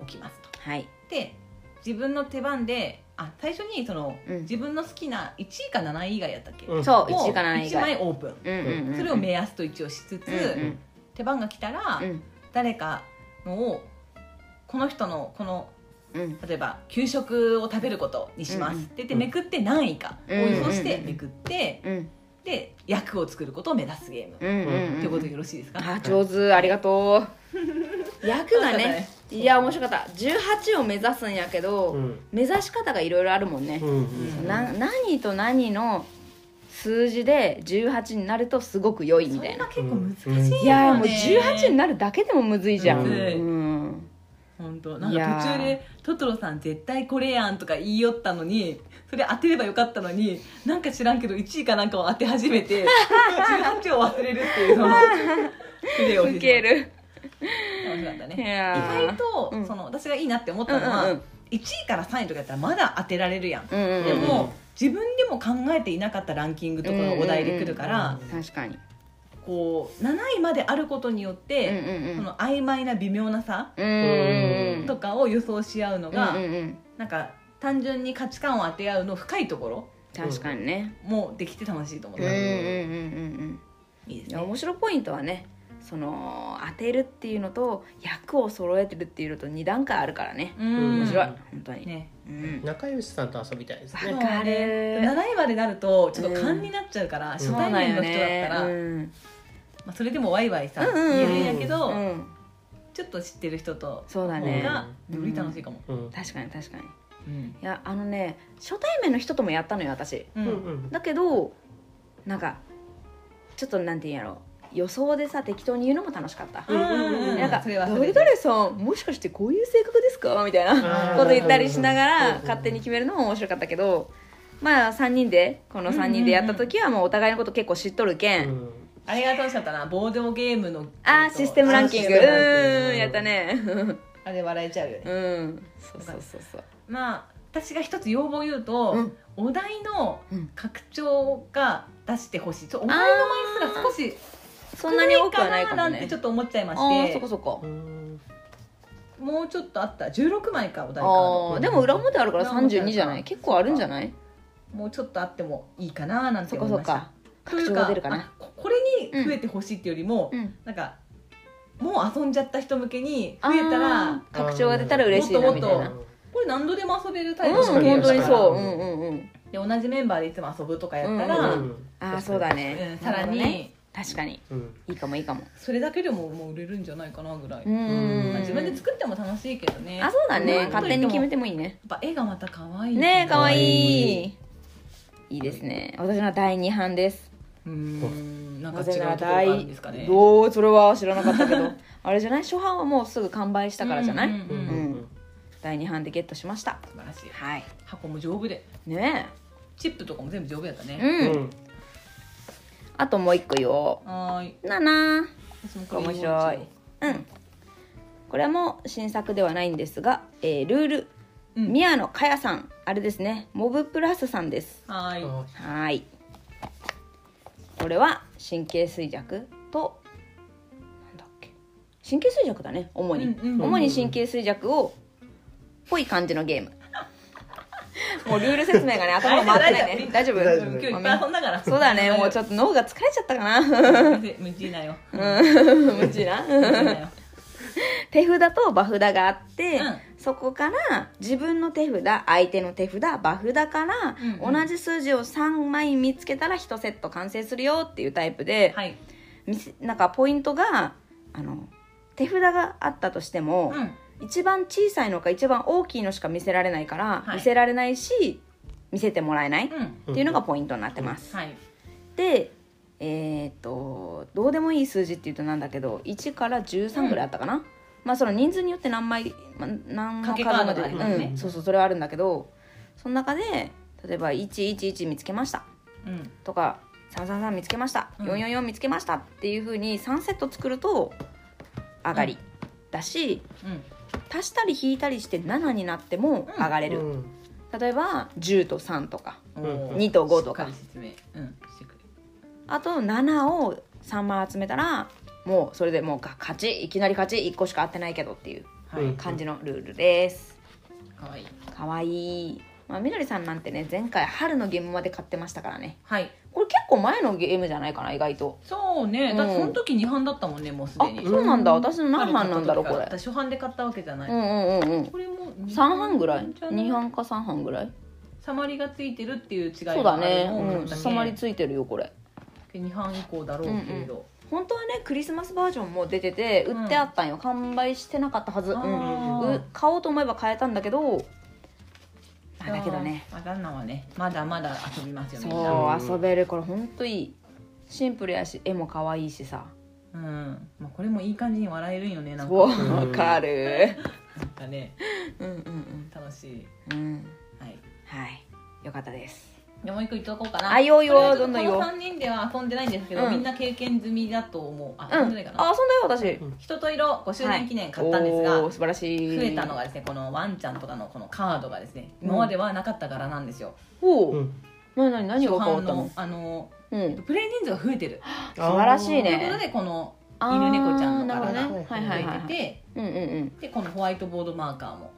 D: おきますと。
A: はい
D: で自分の手番であ最初にその
A: うん
D: 自分の好きな1位か7位以外やったっけ
C: うん
A: そう
D: を
A: 1位か7位
D: 1
A: が
D: 枚オープン
A: うんうんうん
D: それを目安と一応しつつ
A: うんうん
D: 手番が来たら
A: うん
D: 誰かのをこの人のこの
A: うん
D: 例えば給食を食べることにしま
A: う
D: すっ
A: ん
D: て言ってめくって何位かを
A: うん
D: 予想してめくって
A: うん
D: で役を作ることを目指すゲーム
A: うんうんうん
D: ということでよろしいですか
A: あ上手ありがと う役が
D: 楽しかった
A: ね
D: ね
A: いや面白かった18を目指すんやけど、
C: うん
A: 目指し方がいろいろあるもんね
C: う、んうん
D: うん
A: な何と何の数字で18になるとすごく良いみ
D: そ
A: たい
D: れ
A: な
D: が結構難しいよね
A: いやーもう18になるだけでもむずいじゃん、
D: むずい
A: うん、
D: 本当なん
A: いや
D: か
A: ー
D: 途中で「トトロさん絶対これやん」とか言いよったのにそれ当てればよかったのになんか知らんけど1位かなんかを当て始 めて18を忘れるっていうのをプレーを
A: ウケ
D: して
A: る
D: 面白かった
A: い
D: ね
A: や
D: 意
A: ー
D: 外と、
A: うん
D: その私がいいなって思ったのは、
A: うんうん
D: 1位から3位とかやったらまだ当てられるやん
A: うんうん
D: で
A: うん
D: も、自分でも考えていなかったランキングとかがお題で来るから、
C: うんうん
A: 確かに
D: こう7位まであることによ
A: うん
D: っ
A: うん
D: て、
A: うん
D: その曖昧な微妙なさ
A: うんうんうん
D: とかを予想し合うのが、
A: うんうんうん
D: なんか単純に価値観を当て合うの深いところ
A: 確かにね
D: もできて楽しいと思っ
A: うん
D: た、
A: うんうんん
D: い
A: うんうん
D: いです
A: いや
D: ね
A: 面白いポイントはねその当てるっていうのと役を揃えてるっていうのと2段階あるからね
D: うん
A: 面白い、
C: うん
A: 本当に、
D: ね
A: うん、
C: 仲良しさんと遊びたいです
A: わ
C: ね。
A: かる
D: 7位までなるとちょっと勘になっちゃうから、初
A: そう
D: 対
A: なん
D: 面
A: よ
D: の人だった
A: ね
D: ら、
A: うん
D: まあ、それでもワイワイさ、
A: うんうんうん
D: 言えるんやけど、
A: うん、
D: ちょっと知ってる人と
A: そうだね
D: がより楽しいかも、
C: うん
A: 確かに確かにい
D: うん
A: やあのね初対面の人ともやったのよ私
C: う
D: う
C: んんうん
A: だけどなんかちょっとなんて言うんやろ予想でさ適当に言うのも楽しかった、
D: うんうんうん
A: なんか「
D: それはそ
A: 誰
D: れで
A: 々さんもしかしてこういう性格ですか?」みたいな
C: あー
A: こと言ったりしなが
C: うんうん
A: ら
C: うん
A: 勝手に決めるのも面白かったけどまあ3人でこの3人でやった時はもうお互いのこと結構知っとるけん、
C: うん
D: あれが楽しかったなボードゲームの
A: あ
D: え
A: あ
D: っと
A: システムランキングう
C: あーシステムラン
A: ー
C: キング
A: んやったね
D: あれ笑えちゃうよね、
A: うんそうそうそうそう
D: まあ私が一つ要望を言うと、
A: うん
D: お題の
A: うん
D: 拡張が出してほしい、ちょお題の枚数が少し
A: そんなに多くはないかも
D: ん
A: ね
D: てちょっと思っちゃいま
A: ああ
D: し
A: ーそ
D: て
A: こそこ
C: うん
D: もうちょっとあった16枚かお題カード
A: ああーでも裏表あるから32じゃない結構あるんじゃない
D: もうちょっとあってもいいかななんて
A: そこ
D: 思い
A: そ
D: ま
A: こか
D: したとい
A: 拡
D: う
A: 張が出るかな
D: あここれに増えてほしいっていうよりも、
A: うん
D: なんかもう遊んじゃった人向けに増えたら
A: あー拡張が出たら嬉しいなみたい
D: もっ
A: な
D: とこれ何度でも遊べるタ
A: う
D: イ
A: ん
D: プのゲー
A: 本
D: ム
A: 当
D: だ
A: に
D: か
A: そ
D: ら
A: ううんうんうん
D: で同じメンバーでいつも遊ぶとかやったら、
A: うん
C: うん
A: ああそうだ
D: うん
A: ね
D: さらに、
A: なるほどね確かに
C: うん
A: いいかもいいかも
D: それだけでももう売れるんじゃないかなぐらい、
A: うん
D: まあ、自分で作っても楽しいけどね
A: あそうだね
D: ん
A: 勝手に決めてもいい
D: や
A: ね
D: っぱ絵がまた可愛い
A: ねえかわい
C: い
A: いいいですね私の第2版です
D: うーんなんか
A: な
D: 違う
A: ぜ
D: と
A: な
D: こ
A: ら
D: ろがある
A: 第
D: んですかねう
A: おおそれは知らなかったけどあれじゃない初版はもうすぐ完売したからじゃない、
D: んうんうん
C: うん
A: 第2版でゲットしました
D: 素晴らしい
A: はい
D: 箱も丈夫で
A: ね
D: チップとかも全部丈夫やった
A: え
D: ね
A: うん、あともう一個よ
D: はーい
A: なな
D: 私もこれ
A: 面白いうんこれはもう新作ではないんですが、えールール、
D: うん
A: 宮野かやさんあれですねモブプラスさんです
D: はーい
C: あ
A: はーいこれは神経衰弱となんだっけ神経衰弱だね主に、
D: うんうんうん
A: 主に神経衰弱をぽい感じのゲームもうルール説明がね頭が回ってないね大丈夫
C: 大丈
D: 今
C: 夫
D: 日いっぱい遊んだから
A: そう だねもうちょ
D: っ
A: っと脳が疲れちゃったかな
D: と無事なよ
A: 無知な
D: 無事なよ
A: 手札と場札があって、
D: うん
A: そこから自分の手札相手の手札場札から
D: うんうん
A: 同じ数字を3枚見つけたら1セット完成するよっていうタイプで、
D: はい
A: みせなんかポイントがあの手札があったとしても、
D: うん
A: 一番小さいのか一番大きいのしか見せられないから、
D: はい
A: 見せられないし見せてもらえないっ
D: うん
C: て
A: ていうのがポイントになってます、
D: はい
A: でえーっとどうでもいい数字っていうとなんだけど1から13ぐらいあったかな、まあその人数によって何枚、まあ、何の
D: かけ
A: 数
D: カード
A: まで
D: がありますね
A: うん、そうそうそれはあるんだけどその中で例えば111見つけました
D: うん
A: とか333見つけました、
D: うん
A: 444見つけましたっていうふうに3セット作ると上がりだし、
D: うん
A: 足したり引いたりして7になっても上がれる、
C: うん
A: 例えば10と3とか
C: うん
D: おー
A: 2と5と
D: しっか
A: か
D: り説明うんしてくれ
A: あと7を3枚集めたらもうそれでもうが勝ちいきなり勝ち1個しか合ってないけどっていう
D: はい、
C: うん
A: 感じのルールです
D: かわいい
A: かわいい、まあ、みどりさんなんてね前回春のゲームまで買ってましたからね
D: はい
A: これ結構前のゲームじゃないかな意外と
D: そうねだってその時二版だったもんねもうす
A: あ
D: でに
A: そうなんだ私の何版なんだろう
D: 春
A: こ
D: 買
A: れ
D: った時から初版で買ったわけじゃない、
A: うんうんうんうん
D: これも二
A: 3版ぐらい
D: じゃな
A: 2版か3版ぐらい
D: サマリがついてるっていう違い
A: そう
D: が
A: だ
D: ある
A: ね
D: のを買
A: う
D: っ
A: ん
D: た
A: 収まりついてるよこれ
D: 2版以降だろうけれど、
A: 本当はねクリスマスバージョンも出てて売ってあったんよ、完売してなかったはず、うん、
D: あー
A: う買おうと思えば買えたんだけどあだけどね
D: まあ旦那はねまだまだ遊びますよみんな
A: そう遊べるこれほんといいシンプルやし絵も可愛いしさ
D: うんまあ、これもいい感じに笑えるんよねなんか
A: そうわかる
D: なんかね
A: うんうん
D: 楽しい
A: うんうん
D: はい
A: はいよかったです
D: でもう一個言っとこうかな
A: あいいよいいよ
D: これはちょ
A: ど
D: っと
A: んどんいいよ
D: この3人では遊んでないんですけど、
A: うん
D: みんな経験済みだと思う
A: う
D: あ
A: んあ
D: 遊
A: 遊
D: ん
A: ん
D: で
A: だ
D: ない
A: よ
D: かな、
A: 私
D: 人と色5周年記念買ったんですが、
A: おー素晴らしい
D: 増えたのがですねこのワンちゃんとかのこのカードがですね今まではなかった柄なんですよ、
A: お
C: う
A: お
C: ん
A: 何何何が変わったの
D: 初版あの
A: うん
D: プレイ人数が増えてる
C: 素
A: 素晴らしい
D: という
A: ね
D: ことでこの
A: あー
D: 犬猫ちゃんの柄
A: なる
D: が
A: ほ
D: 増
A: ど
D: え
A: ね
C: が
A: はいはいはい
D: てて、
A: うんうん
D: でこのホワイトボードマーカーも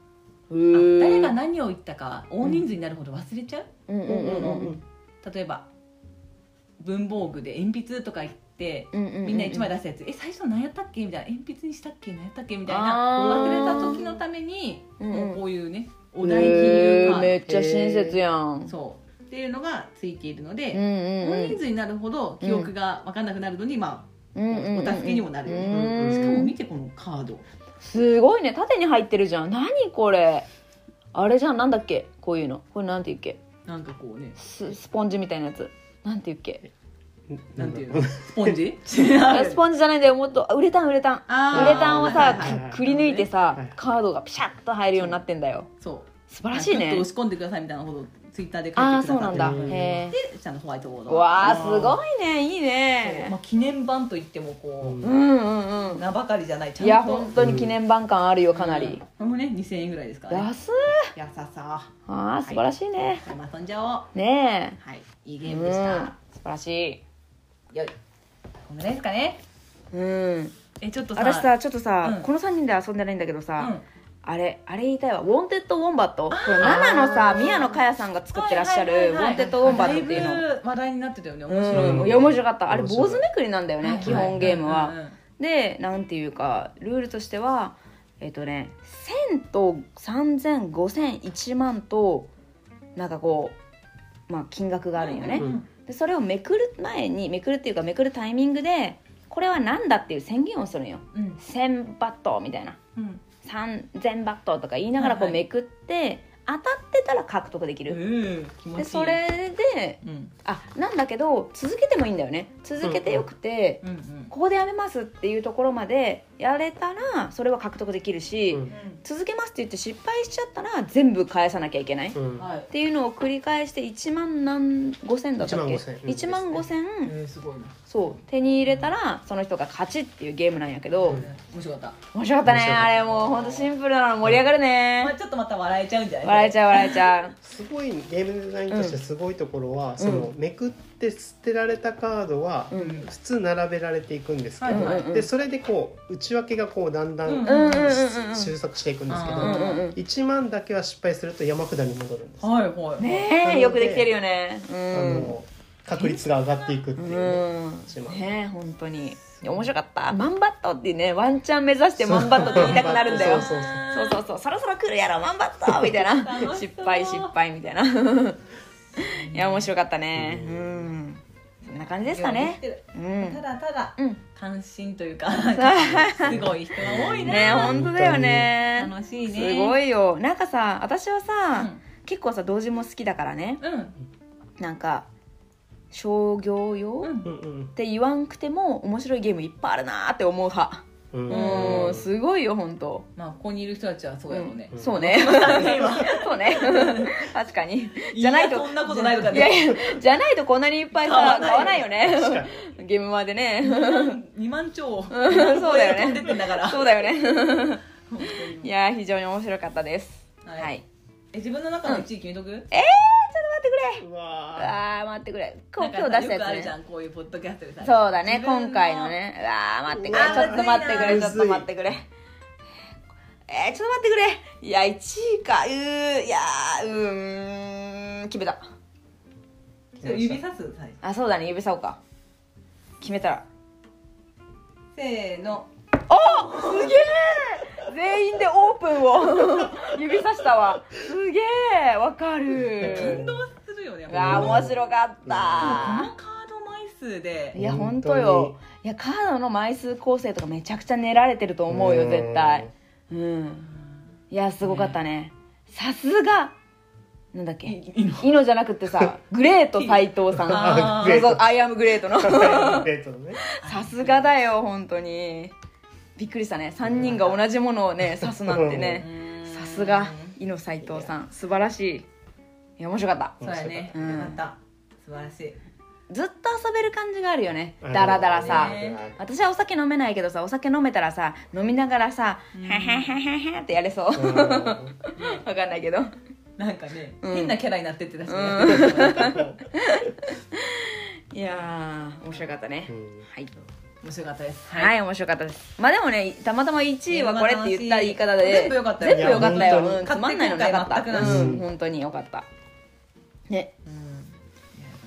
A: う
D: あ
A: ん
D: 誰が何を言ったか大人数になるほど忘れちゃう、
A: うんうんうんうんうん
D: 例えば文房具で鉛筆とか言って
A: うんうん
D: みんな1枚出したやつ「え最初何やったっけ?」みたいな「鉛筆にしたっけ何やったっけ?」みたいな
A: あー
D: 忘れた時のために、
A: うんうん
D: もうこういうねお
A: お
D: 題記入カード
A: めっちゃ親切やん
D: そうっていうのがついているの
A: うんう
D: で、
A: ん
D: 大人数になるほど記憶が分かんなくなるのに、ま
A: うんうんうん
D: お助けにもなるよね
A: う
D: あ
A: ん
D: しかも見てこのカード
A: すごいね縦に入ってるじゃん何これあれじゃんなんだっけこういうのこれなんていうっけ
D: なんかこうね
A: ススポンジみたいなやつなんていうっけ
D: なんていうの
C: ん
D: スポンジ
A: あスポンジじゃないんだよもっとあウレタンウレタン
D: あー
A: ウレタンを
D: はい
A: さ
D: はいはい
C: はい
A: くくり抜いてさ、
C: はい
A: カードがピシャッと入るようになってんだよ
D: そう
A: 素晴らしい
D: ちょっと
A: ね
D: 押し込んでくださいみたいなことをツイッターで書いてく
A: ああ
D: だ
A: ーそうな
D: さっ
A: ん
D: て
A: だ
C: うん
A: へえ
D: で下のホワイトボード
A: わあす
D: い
A: ごいねいい
D: ま
A: ね
D: あ、記念版といってもこ
A: うんうん
D: う
A: うん
D: 名ばかりじゃないちゃんと
A: いや本当に記念版感あるよかな
D: うん
A: り
D: こ、れもね2000円ぐらいですからね
A: 安い
D: やささ
A: あー素晴らしいね、
D: これも遊んじゃおう
A: ね
D: はいいい
A: え
D: ゲームでした、
A: 素晴らしい
D: よいこんぐらいですかね
A: うん
D: えちょっとさ
A: 私さちょっとさ、
D: うん
A: この3人で遊んでないんだけど
D: う
A: さ、
D: ん
A: あれあれ言いたいわ「ウォンテッド・ウォンバット」これ奈良のさ宮野佳代さんが作ってらっしゃる「ウォンテッド・ウォンバット」っていうの
D: だいぶ話題になってたよね面白い、
A: う
C: も
A: ん、
C: ん
A: いや面白かったあれ
C: 面白い
A: 坊主めくりなんだよね、基本ゲームは、
D: うんうん
A: でなんていうかルールとしてはえっとね1000と30005000万となんかこうまあ金額があるんよね、
C: うん
A: でそれをめくる前にめくるっていうかめくるタイミングでこれはなんだっていう宣言をするんよ
D: うん
A: 1000バットみたいな
D: うん
A: 3000バットとか言いながらこう
D: はいはい
A: めくって、当たってたら獲得でき
D: う
A: る、
D: ん気持ちいい
A: でそれで
D: うん
A: あなんだけど続けてもいいんだよね続けてよくて、
D: うんうん
A: ここでやめますっていうところまでやれたらそれは獲得できるし、
C: うん
A: 続けますって言って失敗しちゃったら全部返さなきゃいけない、っ
C: うん
D: はい
A: ていうのを繰り返して1万何5千だったっけ
C: 15,000うん
A: 1万5千、
D: えー、すごいな
A: そう手に入れたらその人が勝ちっていうゲームなんやけど、
C: うん
D: 面白かった
A: 面白かったね
C: 面白かった
A: あれもうほんとシンプルなの盛り上がる
D: まあ、
A: ね、
D: ちょっとまた笑えちゃうんじゃない
A: 笑えちゃう笑えちゃう
C: すごいゲームデザインとしてすごいところは、そのめくって捨てられたカードは
A: うん
C: 普通並べられていくんですけど、
D: はいはい
A: うん
C: でそれでこう内訳がこうだんだん、
D: う
A: うんう
D: ん
A: んうんうん
C: 収束していくんですけど、
A: うんうんうん
C: 1万だけは失敗すると山札に戻るんです、
D: はいはい
A: ねえよくできてるよねう
C: あ
A: ん
C: の確率が上がっていくっていうね、
A: うんねえ本当にいや面白かったマンバットっていうねワンチャン目指してマンバットって言いたくなるんだよ
C: そ
A: そ
C: うそう
A: うそうそうそろそろ来るやろマンバットみたいな
D: 楽 しそう
A: 失敗失敗みたいないや面白かったねうんそん
E: んな感じですかね。う
D: た
E: ん。
D: だただ
E: うん。
D: 関心とい うかすごい人が多い
E: ね
D: な、
E: 本当だよね。
D: 楽しいね
E: すご
D: い、
E: いよ。なんかさ、私は
D: う
E: さ、
D: ん
E: 結構さ、同時も好きだからね。
D: うん
E: なんか、商業用、
C: うん
D: うん
C: うん
E: って言わんくても面白いゲームいっぱいあるなーって思う派
C: うん
E: うん
C: うん
E: すごいよ本当
D: まあここにいる人たちはそうやろうね、
C: ん
E: そうねそうね確かにじゃないと
D: やそんなことないとか
E: いや
D: ね
E: いやじゃないとこんなにいっぱいさ買
D: 買
E: わ
D: わ
E: な
D: ないい
E: よ
C: 確か
E: ね
C: に
E: ゲームまでね
D: 2万兆
E: うんそうだよ
D: 飛んでって
E: ね
D: んだから
E: そうだよね
D: 本当
E: い
D: に
E: やー非常に面白かったですは、
D: はいいえ自分の中の1位決めとく、
C: うわ
E: あー待ってくれ今
D: なん
E: 日
D: か
E: 今日出した
D: よくある
E: やつ
D: じゃ
E: ね
D: んこういうポッドキャストでさ
E: そうだね
D: 自分の
E: 今回のねうわー待ってくれ
C: あ
E: ちょ
C: ー
E: っと待ってくれ
C: む
E: ちょ
C: ずいな
E: っと待ってくれえー、ちょっと待ってくれいや1位かうーいやーうーん決めた
D: ちょっと指さす最初
E: あそうだね指さおうか決めたら
D: せーの
E: すげえ全員でオープンを 指さしたわすげえわかる
D: 感動するよね
E: うわー
D: こ
E: 面白かっ
D: の
E: た
D: カード枚数で
E: いや本当よいやカードの枚数構成とかめちゃくちゃ練られてると思うよ絶対うんいやすごかったねさすがなんだっけ
D: いいの
E: イノじゃなくて さグレート斎藤 さん
D: あ
E: そう
C: ー
E: そうアイアムグレートの
C: デートのね
E: さすがだよ本当にびっくりしたね3人が同じものをね指すなんてねさすがイノ斎藤さん素晴らしいいや面白かった
D: そうやね
E: うん
D: よかった素晴らしい
E: ずっと遊べる感じがあるよね
C: あの
E: ダラダラさ
D: ね
E: 私はお酒飲めないけどさお酒飲めたらさ飲みながらさ「はははは」ってやれそう
C: うん
E: わかんないけど
D: なんかね
E: うん
D: 変なキャラになってって確 かにやってたからこう
E: いやー面白かったね
C: うん
E: はい
D: 面白かったです
E: はい、面白かったですまあでもねたまたま1位はこれって言った言い方で
D: 全部良かったよ
E: 全部良かった
C: いや
E: よ
C: 本当に
E: うんつまんないのなかった
D: 勝手に今
C: 回全くなし
E: うん本当に良かったね
D: うん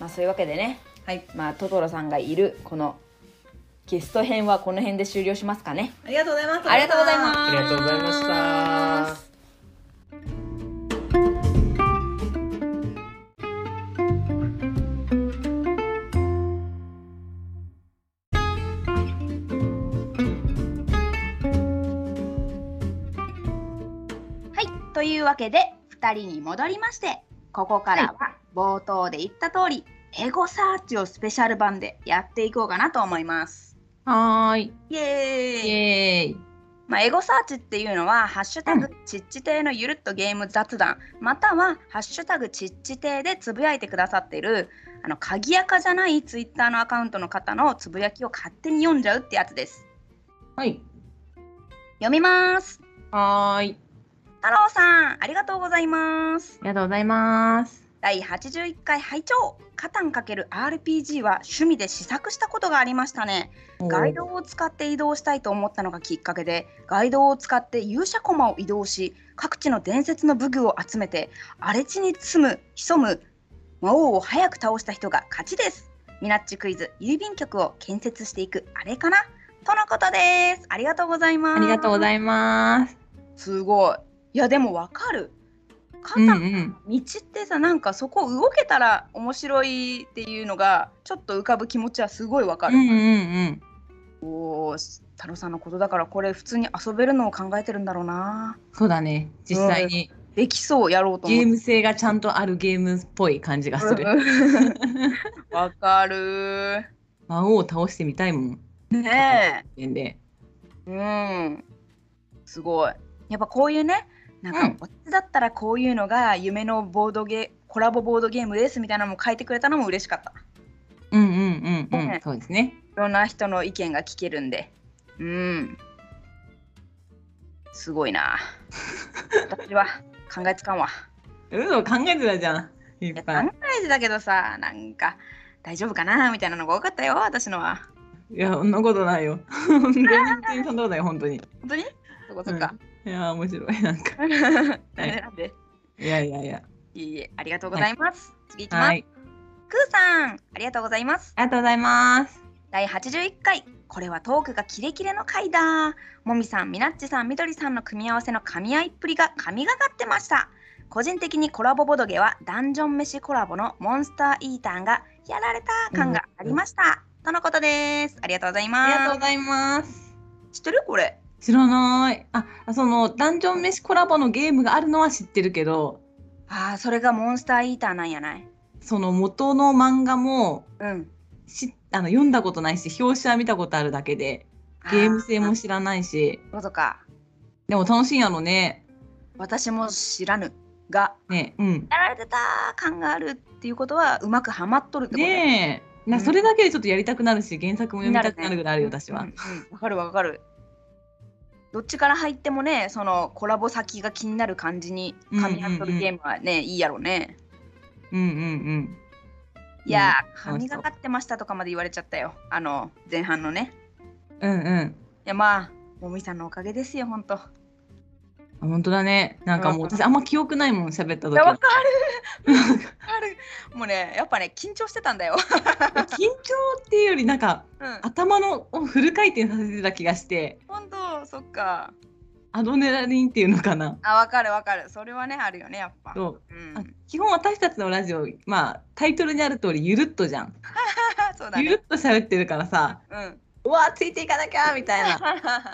E: まあそういうわけでね
D: はい
E: まあトトロさんがいるこのゲスト編はこの辺で終了しますかね
D: ありがとうございます
E: ありがとうござい
C: あ
E: ます
C: りがとうございました
A: はい、というわけで2人に戻りましてここからは冒頭で言った通り、エゴサーチをスペシャル版でやっていこうかなと思います。
B: はーい。
A: イエーイ
B: イエーイ。
A: まあ、エゴサーチっていうのは「ハッシュタグちっち亭のゆるっとゲーム雑談」または「ハッシュタグちっち亭」でつぶやいてくださってるあの鍵やかじゃないツイッターのアカウントの方のつぶやきを勝手に読んじゃうってやつです
B: はい。
A: 読みます
B: はーい。
A: 太郎さんありがとうございます
B: ありがとうございます。
A: 第81回拝聴カタン ×RPG は趣味で試作したことがありましたねガイドを使って移動したいと思ったのがきっかけでガイドを使って勇者駒を移動し各地の伝説の武具を集めて荒れ地に住む潜む魔王を早く倒した人が勝ちですミナッチクイズ郵便局を建設していくあれかなとのことですありがとうございます
B: ありがとうございます。
A: すごいいやでもわかるカタン
B: ん。
A: 道ってさなんかそこ動けたら面白いっていうのがちょっと浮かぶ気持ちはすごいわかる、
B: うん
A: おー太郎さんのことだからこれ普通に遊べるのを考えてるんだろうな
B: そうだね。実際に
A: できそうやろうと思
B: ゲ
A: っ
B: ー
A: て
B: ム性がちゃんとあるゲームっぽい感じがする。
A: うんわかる
B: 魔王を倒してみたいもん。
A: ね
B: で。
A: えうんすごいやっぱこういうねなんか、
B: うん
A: 私だったらこういうのが夢のボードゲコラボボードゲームですみたいなのも書いてくれたのも嬉しかった
B: うんうんうんう
A: ね
B: ん。そうですね。
A: いろんな人の意見が聞けるんで。うん。すごい な。私は考えつかんわ。
B: うん、考えてたじゃん。い
A: いや考
B: っぱい。
A: えてたけどさ、なんか大丈夫かなみたいなのが多かったよ、私のは。
B: いや、そんなことないよ。 全然そんなことない、本当に。
A: 本当にそこそっか。
B: いや、面白い。なんか。
A: なんでなんで。
B: いやいやいや。
A: いいえ、ありがとうございます。次いきます。
B: はい。
A: くーさん、ありがとうございます。
B: ありがとうございます。
A: 第81回これはトークがキレキレの回だもみさんみなっちさんみどりさんの組み合わせの噛み合いっぷりが神がかってました個人的にコラボボドゲはダンジョン飯コラボのモンスターイーターがやられた感がありました、とのことですありがとうござい
B: あ
A: ま
B: り
A: す
B: がとうございます。
A: 知ってるこれ
B: 知らない。あ、そのダンジョン飯コラボのゲームがあるのは知ってるけど、
A: ああそれがモンスターイーターなんやない
B: その元の漫画も
A: うん
B: しあの読んだことないし、表紙は見たことあるだけで、ゲーム性
A: あ
B: も知らないし、
A: ーそうか
B: でも楽しいんやろね。
A: 私も知らぬが
B: ね、うん。
A: やられてた感があるっていうことはうまくはまっとるってことや
B: ねえ、
A: う
B: なんそれだけでちょっとやりたくなるし、原作も読みたくなるぐらいあるよ、
A: ね
B: 私は
A: うん。うんわ、かるわかる。どっちから入ってもね、そのコラボ先が気になる感じに噛み合っと
B: うんうんう
A: る
B: ん
A: ゲームはね、いいやろうね。
B: うんうんうん。
A: いやー、
B: うん
A: 神がかってましたとかまで言われちゃったよ。あの、前半のね。
B: うんうん。
A: いや、まあ、もみさんのおかげですよ、ほんと。い
B: あ本当だね。なんかもう
A: うん
B: 私あんま記憶ないもん喋った時
A: や、
B: は
A: わかる。わかる。もうね、やっぱね、緊張してたんだよ。
B: 緊張っていうよりなんか
A: うん。
B: 頭のをフル回転させてた気がして
A: ほんと、そっか。
B: アドネラリンっていうのかな。
A: あ、わかるわかる。それはね、あるよね、やっぱ。
B: そう
A: う
B: あ
A: ん。
B: 基本私たちのラジオまあタイトルにある通りゆるっとじゃん。
A: そうだ
B: ゆ
A: ね。
B: るっと喋ってるからさ
A: うん。うん
B: うわついていかなきゃみたいな。
A: う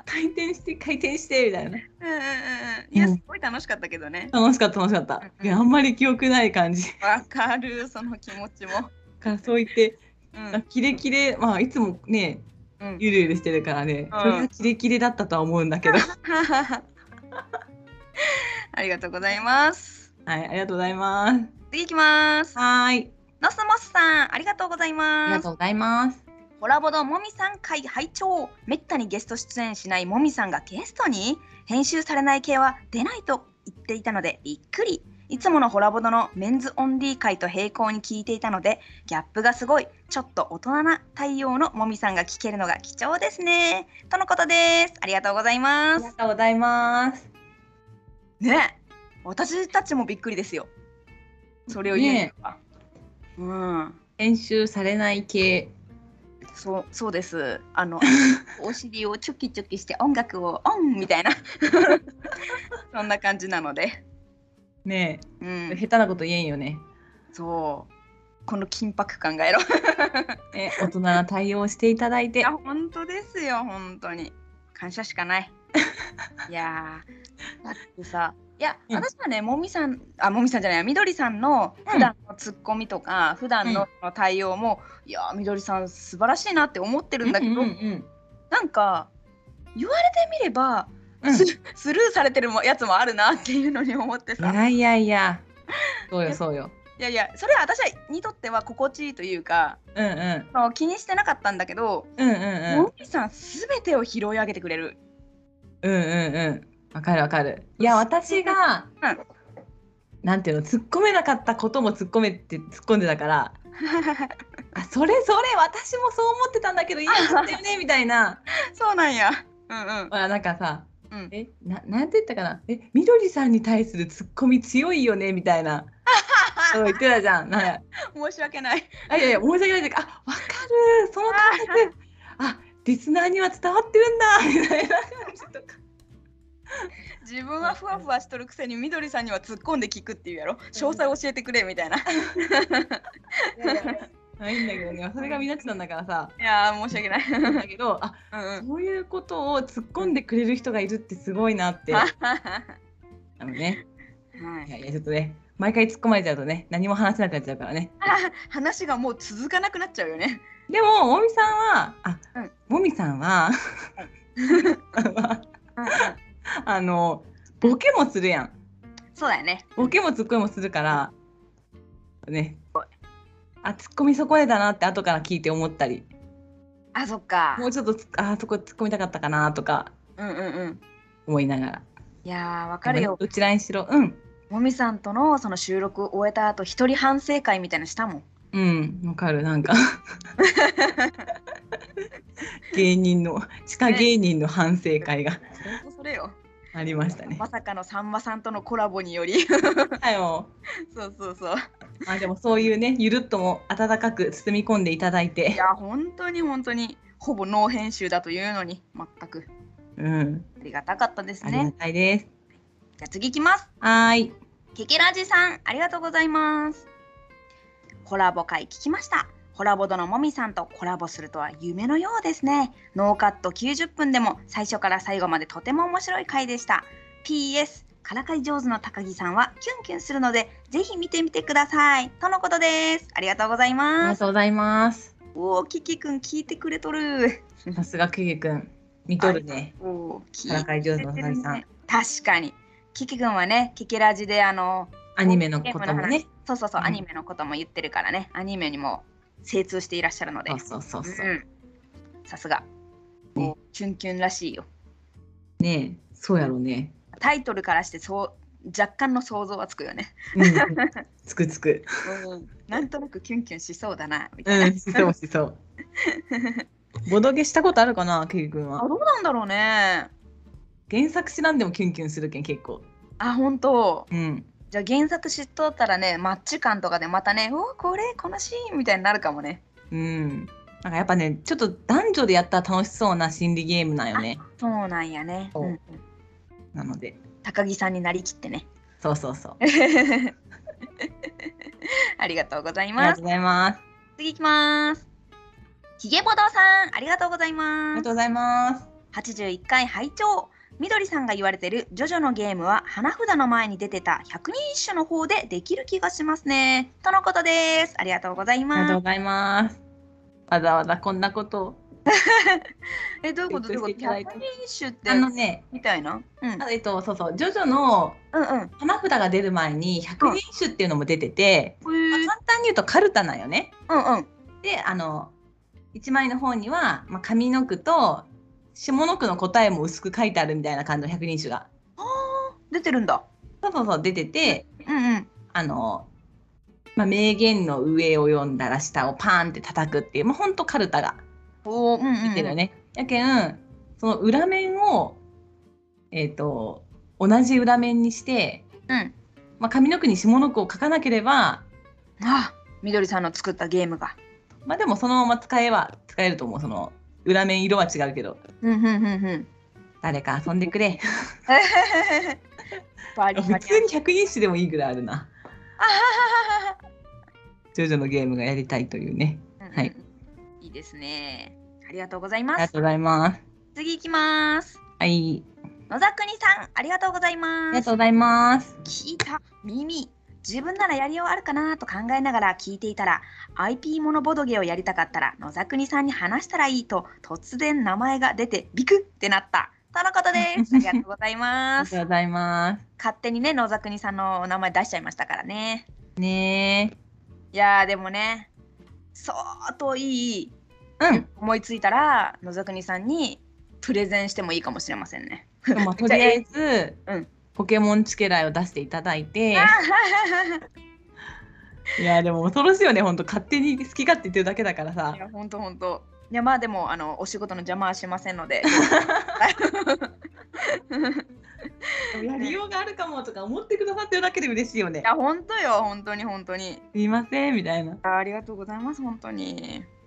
B: 回転して回転してみたいな。
A: ん うんうん。いや、すごい楽しかったけどね。
B: 楽しかった楽しかっ
A: う
B: た
A: んう。ん
B: いやあんまり記憶ない感じ。
A: わかるその気持ちも。
B: からそう言って
A: うん
B: キレキレまあいつもね
A: うん、
B: ゆるゆるしてるからね、
A: うん
B: そ れがキレキレだったとは思うんだけどはい
A: ありがとうございます。
B: ありがとうございます
A: 次いきます。
B: はーい
A: ノスモスさん、ありがとうござい
B: あり
A: ま
B: が
A: す
B: と。うございます
A: コラボのもみさん会拝聴めったにゲスト出演しないもみさんがゲストに編集されない系は出ないと言っていたのでびっくりいつものホラボドのメンズオンリー会と並行に聞いていたのでギャップがすごいちょっと大人な対応のもみさんが聞けるのが貴重ですねとのことですありがとうござい
B: あ
A: ま
B: りが
A: す
B: とうございます
A: ね私たちもびっくりですよそれを言えるのは、うん
B: 編集されない系
A: そうそうですあ のお尻をチョキチョキして音楽をオンみ たいなそんな感じなので、
B: ね
A: う
B: え、
A: ん、
B: 下手なこと言えんよね
A: そうこの緊迫感がやろ
B: え大人な対応していただい
A: い
B: て
A: や本当ですよ本当に感謝しか ないいやーだってさいや、
B: うん
A: 私はねもみさんあもみさんじゃないみどりさんの普段のツッコミとか、普段のその対応も、いやーみどりさん素晴らしいなって思ってるんだけど、
B: ん
A: なんか言われてみれば
B: うん
A: ススルーされてるもやつもあるなっていうのに思って
B: い
A: さ、い
B: やいやいやそうよそうよ
A: やいやそれは私はにとっては心地いいというか
B: うんうん
A: その気にしてなかったんだけど、
B: うんうん
A: も
B: うん
A: みさんすべてを拾い上げてくれる。
B: うんうんうんわかるわかるいや私が、
A: うん
B: なんていうの突っ込めなかったことも突っ込めって突っ込んでたからあそれそれ私もそう思ってたんだけど言えなかったよねみたいな
A: そうなんや。うん
B: ほらなんかさ
A: うんうん。
B: えななんて言ったかなえみどりさんに対するツッコミ強いよねみたいなそう言ってたじゃんなんか
A: 申し訳ない。
B: あいやいや申し訳ないんだけどあわかるその感 覚あリスナーには伝わってるんだみたいな感じとか
A: 自分はふわふわしとるくせにみどりさんには突っ込んで聞くっていうやろ。詳細教えてくれみたい な。い
B: ないんだけどねそれがみなちなんだから さ
A: やー申し訳ない。うん
B: だけどあ
A: うん。
B: そういうことを突っ込んでくれる人がいるってすごいなってあ
A: は
B: のねい
A: い。
B: やいやちょっと ね毎回突っ込まれちゃうとね何も話せなくなっちゃうからね
A: 話がもう続かなくなっちゃうよね。
B: でももみさんはあ、
A: うん
B: もみさんは
A: うんうん
B: あのボケもするやん
A: そうだよね。
B: ボケもツッコミもするからねあツッコミ損ねたなって後から聞いて思ったり
A: あ、そっか
B: も。うちょっとつあそこ突っ込みたかったかなとか
A: うんうんうん。
B: 思いながら
A: いやー、わかるよ。
B: どちらにしろうん
A: もみさんとのその収録終えた後、一人反省会みたいなのしたもん。
B: うんわかるなん か芸人の地下芸人の反省会が
A: 本当それよ。
B: ありましたね。
A: まさかのさんまさんとのコラボにより。
B: はいも
A: そうそうそう。
B: うあでもそういうねゆるっとも温かく包み込んでいただい
A: い
B: て、
A: や、本当に本当に、ほぼノー編集だというのに、全く。
B: うん、
A: ありがたかったです
B: ありが
A: ね。
B: たいです。
A: じゃあ次行きます。
B: はーい。
A: キキラジさん、ありがとうございます。コラボ会聞きました。コラボ殿もみさんとコラボするとは夢のようですね。ノーカット90分でも最初から最後までとても面白い回でした。PS、からかい上手の高木さんはキュンキュンするので、ぜひ見てみてください。とのことです。ありがとうござい
B: あり
A: ま
B: が
A: す。
B: とうございます。
A: おお、キキくん聞いてくれとる。
B: さすがキキ君、見とるね。
A: おお、聞
B: からかい上手の
A: て
B: 高
A: る
B: 木さん
A: ね。確かに。キキくんはね、キキラジであの、
B: アニメのこともね。
A: そうそうそう、
B: うん
A: アニメのことも言ってるからね、アニメにも精通していらっしゃるので
B: そう、そうそうそうう。
A: んさすが、もうキュンキュンらしいよ。
B: ねえ、そうやろうね。
A: タイトルからしてそう若干の想像はつくよね。
B: うん、つくつく。
A: なんとなくキュンキュンしそうだな、みたいな。
B: うん、しそうしそう。ボドゲしたことあるかな、キキ君
A: あ
B: は。
A: どうなんだろうね。
B: 原作知らんでもキュンキュンするけん、結構。
A: あ、本当。
B: うん。
A: じゃあ原作知っとったらね、マッチ感とかでまたね、おーこれ、このシーンみたいになるかもね。
B: うん。なんかやっぱね、ちょっと男女でやったら楽しそうな心理ゲームなんよね。
A: そうなんやね。
C: そう
A: うん
B: なので。
A: 高木さんになりきってね。
B: そうそうそう。
A: ありがとうござい
B: あり
A: ます
B: がとう。ございます。
A: 次行きます。ひげぼどうさん、ありがとうござい
B: あり
A: ま
B: が
A: す
B: と。うございます。
A: 81回拝聴。みどりさんが言われてるジョジョのゲームは花札の前に出てた百人一首の方でできる気がしますね。とのことです。ありがとうござい
B: ありがとう
A: ま
B: ございます。わざわざこんなことを。
A: す。え、どういうことどういうこと
B: 言っといて
A: 百
B: いただい
A: 人一首って
B: あのね、
A: みたいなうん。うん
B: あえっと、そうそう、ジョジョの
A: うん。
B: 花札が出る前に百人一首っていうのも出てて、
A: こうい
B: まあ
A: う
B: 簡単に言うとカルタなんよね。
A: うんうん。
B: で、あの、一枚の方には、まあ、上の句と下の句の答えも薄く書いてあるみたいな感じの百人一首が。
A: 出てるんだ。
B: そうそうそう、出てて、
A: うんうん。
B: あの、まあ、名言の上を読んだら下をパーンって叩くっていう、まあ、ほんとカルタが
A: おお、うんうんうん。
B: 見てるよね。やけんその裏面を、えー、と同じ裏面にして、
A: うん
B: まあ、上の句に下の句を書かなければ、
A: あ、みどりさんの作ったゲームが。
B: まあ、でもそのまま使えば使えると思うその裏面色は違うけど
A: うんうんうんうん。
B: 誰か遊んでく れ
A: バリ
B: 普
A: バリ。
B: 通に百人一首でもいいぐらいあるなジョジョのゲームがやりたいというねはい
A: うんうん。いいですね。ありがとうござい
B: あり
A: ま
B: が
A: す。
B: とうございます
A: 次行きます。
B: はい
A: 野田国さん、ありがとうござい
B: あり
A: ま
B: が
A: す
B: と。うございます
A: 聞いた耳。自分ならやりようあるかなと考えながら聞いていたら IP モノボドゲをやりたかったら野沢国さんに話したらいいと突然名前が出てビクってなったとのこと ですありがとうござい
B: あ
A: ま
B: りが
A: す
B: とうございます
A: 勝手にね野沢国さんのお名前出しちゃいましたからね
B: ね
A: いやーでもね相当いい
B: えうん
A: 思いついたら野沢国さんにプレゼンしてもいいかもしれませんね。
B: で もまあとりあえず、
A: うん
B: ポケモンチケライを出していただいて
A: あ
B: いやでも恐ろしいよねほんと勝手に好き勝手言ってるだけだからさ
A: いや本当本当。いやまあでもあのお仕事の邪魔はしませんので。
B: やりようがあるかもとか思ってくださってるだけで嬉しいよね
A: いや本当よ本当に本当に。
B: すいませんみたいな
A: あありがとうございます本当に。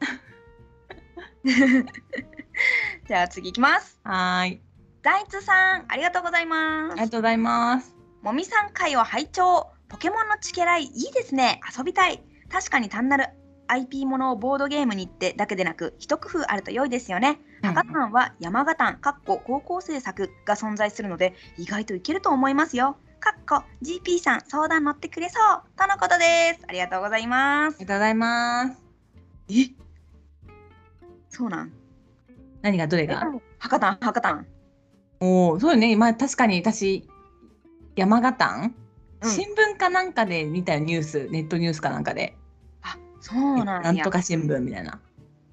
A: じゃあ次いきます。
B: はーい
A: ザイツさんありがとうございま
B: あり
A: す
B: が。とうございます
A: もみさん会を拝聴ポケモンのチケライいいですね遊びたい確かに単なる IP ものをボードゲームにってだけでなく一工夫あると良いですよね赤タンは山形タンかっこ高校生作が存在するので意外といけると思いますよかっこ GP さん相談乗ってくれそうとのことですありがとうございま
B: あ
A: す
B: りがとうございますえ
A: そうなん
B: 何がどれが
A: 博多博多
B: おおそうよねまあ確かに私山形ん、
A: うん
B: 新聞かなんかで見たよニュースネットニュースかなんかで
A: あそうなんや
B: なんとか新聞みたいな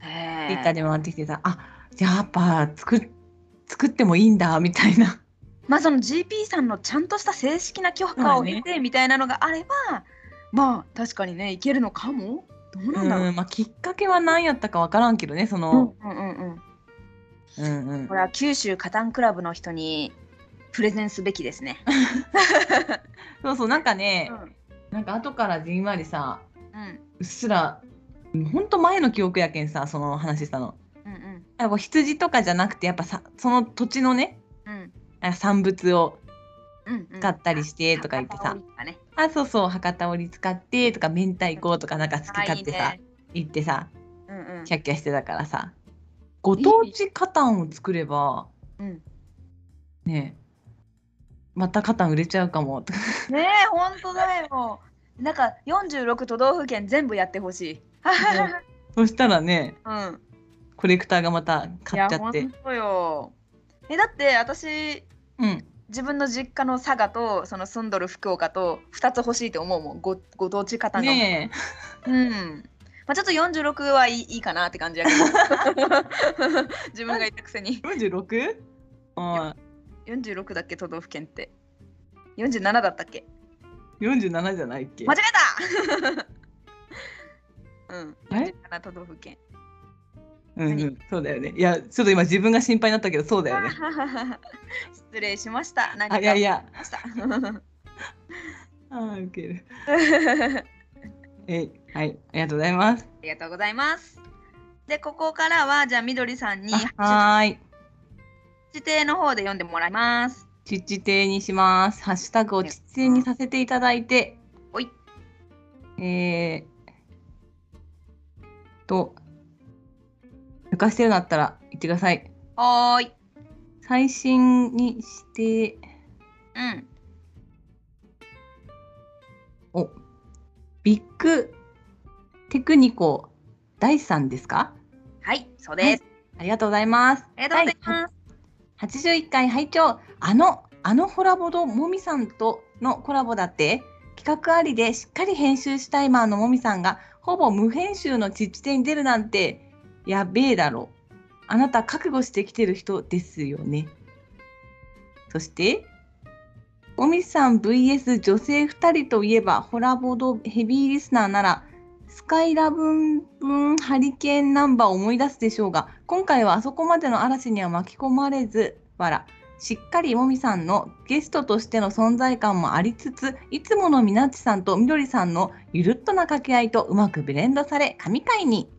A: へ
B: ツイッター
A: え
B: で回ってきてさ、あやっぱ作っ作ってもいいんだみたい な。
A: まあその GP さんのちゃんとした正式な許可を得てみたいなのがあれば、まあ確かにねいけるのかもどうなんだろう、
B: うんまあ、きっかけは何やったか分からんけどねそ
A: うん
B: の、、
A: うんうんうん
B: うんうん
A: これは九州カタンクラブの人にプレゼンすべきですね、
B: そうそうなんかね、
A: うん
B: なんか後からじんわりさ
A: うん
B: うっすらほんと前の記憶やけんさその話したの。
A: うん
B: やっぱ羊とかじゃなくてやっぱさその土地のね
A: うんうん
B: あ産物を
A: うんうん
B: 使ったりしてとか言って
A: 高
B: さ
A: 尾とかね
B: あそうそう博多織使ってとか明太子とかなんか好き勝手さ
A: いいね
B: 言ってさ
A: うんうん
B: キャッキャしてたからさご当地カタンを作れば
A: うん
B: ねまたカタン売れちゃうかもと か
A: ねえ本当だよなんか46都道府県全部やってほしい
B: そしたらね
A: うん
B: コレクターがまた
A: い
B: 買
A: や
B: っちゃっ
A: 本
B: て
A: 当よえだって私
B: うん
A: 自分の実家の佐賀とその住んどる福岡と2つ欲しいと思うもんごご当地方の、
B: ねえ
A: うんまあ、ちょっと46はいいいいかなって感じやけ ど 自分が言ったくせに
B: 46? あ
A: 46だっけ都道府県って47だったっけ
B: 47じゃないっけ
A: 間違えた うん
B: あれ
A: 47都道府県
B: うんうん、そうだよねいやちょっと今自分が心配になったけどそうだよね
A: 失礼しました何
B: あ
A: か
B: いやいや
A: ました
B: あーウケる
A: あ
B: えはいありがとうございます
A: りがとうございますでここからはじゃあみどりさんに
B: あはーい
A: 指定の方で読んでもらいます。
B: ちっち亭にします。ハッシュタグをちっち亭にさせていただいて、
A: おい。
B: えー、と、抜かしてるのあったら言ってください。
A: はーい。
B: 最新にして、
A: うん。
B: お、ビッグテクニコ第3ですか
A: はい、そうです。
B: ありがとうございます。
A: ありがとうございます。
B: 81回拝聴あのあのホラボドもみさんとのコラボだって企画ありでしっかり編集したいマンのもみさんがほぼ無編集のちっち手に出るなんてやべえだろあなた覚悟してきてる人ですよねそしてもみさん VS 女性2人といえばホラボドヘビーリスナーならスカイラブンブンハリケーンナンバーを思い出すでしょうが今回はあそこまでの嵐には巻き込まれず笑しっかりもみさんのゲストとしての存在感もありつついつものみなっちさんとみどりさんのゆるっとな掛け合いとうまくブレンドされ神回に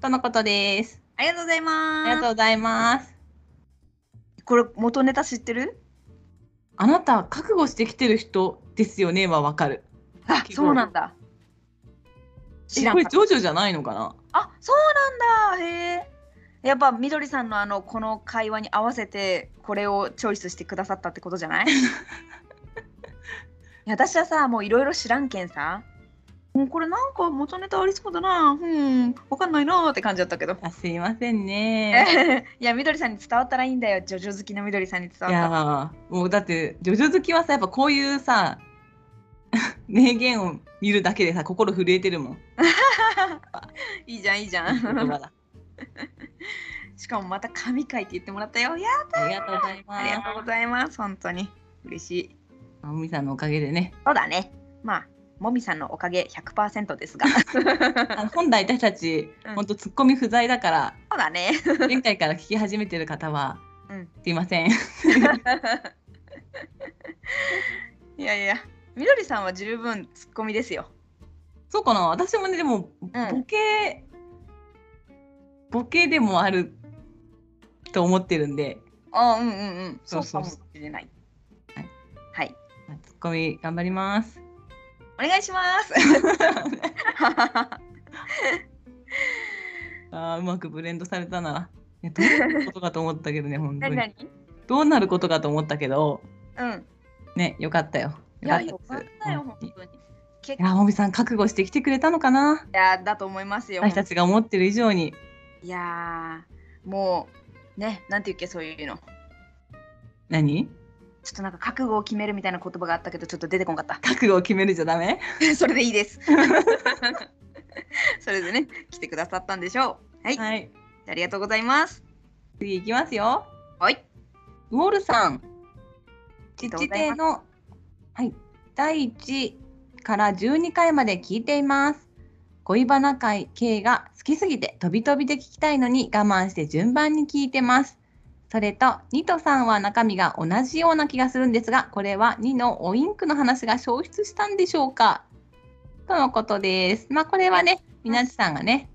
B: とのことです
A: ありがとうござい
B: ありがと
A: ま
B: うございます
A: す。これ元ネタ知ってる？
B: あなた覚悟してきてる人ですよねはわかる
A: あ、
B: 結構
A: そうなんだ。知
B: え
A: ら
B: こ
A: ん
B: れ
A: かっ
B: ジョジョじゃないのかな
A: た。あ、そうなんだ。へえ。やっぱみどりさんのあのこの会話に合わせてこれをチョイスしてくださったってことじゃ ない？いや私はさもういろいろ知らんけんさ。もうこれなんか元ネタありそうだな。うん、わかんないなーって感じだったけど。
B: あすいませんね
A: え いやみどりさんに伝わったらいいんだよジョジョ好きのみどりさんに伝わ
B: い
A: ったら
B: やーもうだってジョジョ好きはさやっぱこういうさ 名言を見るだけでさ心震えてるもん
A: いいじゃんいいじゃ
B: 言 葉
A: ん
B: だ
A: しかもまた神回って言ってもらったよいや
B: ありがとうござい
A: ありが
B: ま
A: とうございます本当に嬉しい
B: すもみさんのおかげでね
A: そうだねまあもみさんのおかげ100%ですがそ
B: あの本来私たち、
A: うん
B: ほんとツッコミ不在だから
A: うだね
B: 前回から聞き始めてる方は、
A: うん
B: すいません
A: いやいやみどりさんは十分ツッコミですよ
B: そうかな私もねでもボケ、ボケでもあると思ってるんで
A: あうんうんうん
B: そ
A: そううか
B: そう
A: も
B: そう
A: しれない
B: はい
A: はい、
B: ツッコミ頑張ります
A: お願いします
B: あーうまくブレンドされたな。いやどうなることかと思ったけ どね、本当
A: 何
B: に。
A: 何
B: どうなることかと思ったけど、
A: うん
B: ね、よかったよ。
A: いやよかったよ
B: 本
A: 本
B: 当にい
A: 当に結構
B: や、もみさん、覚悟してきてくれたのかない
A: やだと思いますよ
B: 私たちが思ってる以上に。
A: いやーもうねなんていうっけそういうの
B: 何
A: ちょっとなんか覚悟を決めるみたいな言葉があったけどちょっと出てこんかった
B: 覚悟を決めるじゃダメ
A: それでいいです それでね来てくださったんでしょうはい、
B: はい。
A: ありがとうございます
B: 次いきますよ。
A: はい
B: ウォルさん。
A: りがとう
B: 父
A: ござい
B: で
A: ます
B: の、はい、第1から12回まで聞いています。恋バナ会系が好きすぎて飛び飛びで聞きたいのに我慢して順番に聞いてます。それと、ニトさんは中身が同じような気がするんですが、これはニのおインクの話が消失したんでしょうかとのことです。まあ、これはね、みなちさんがね、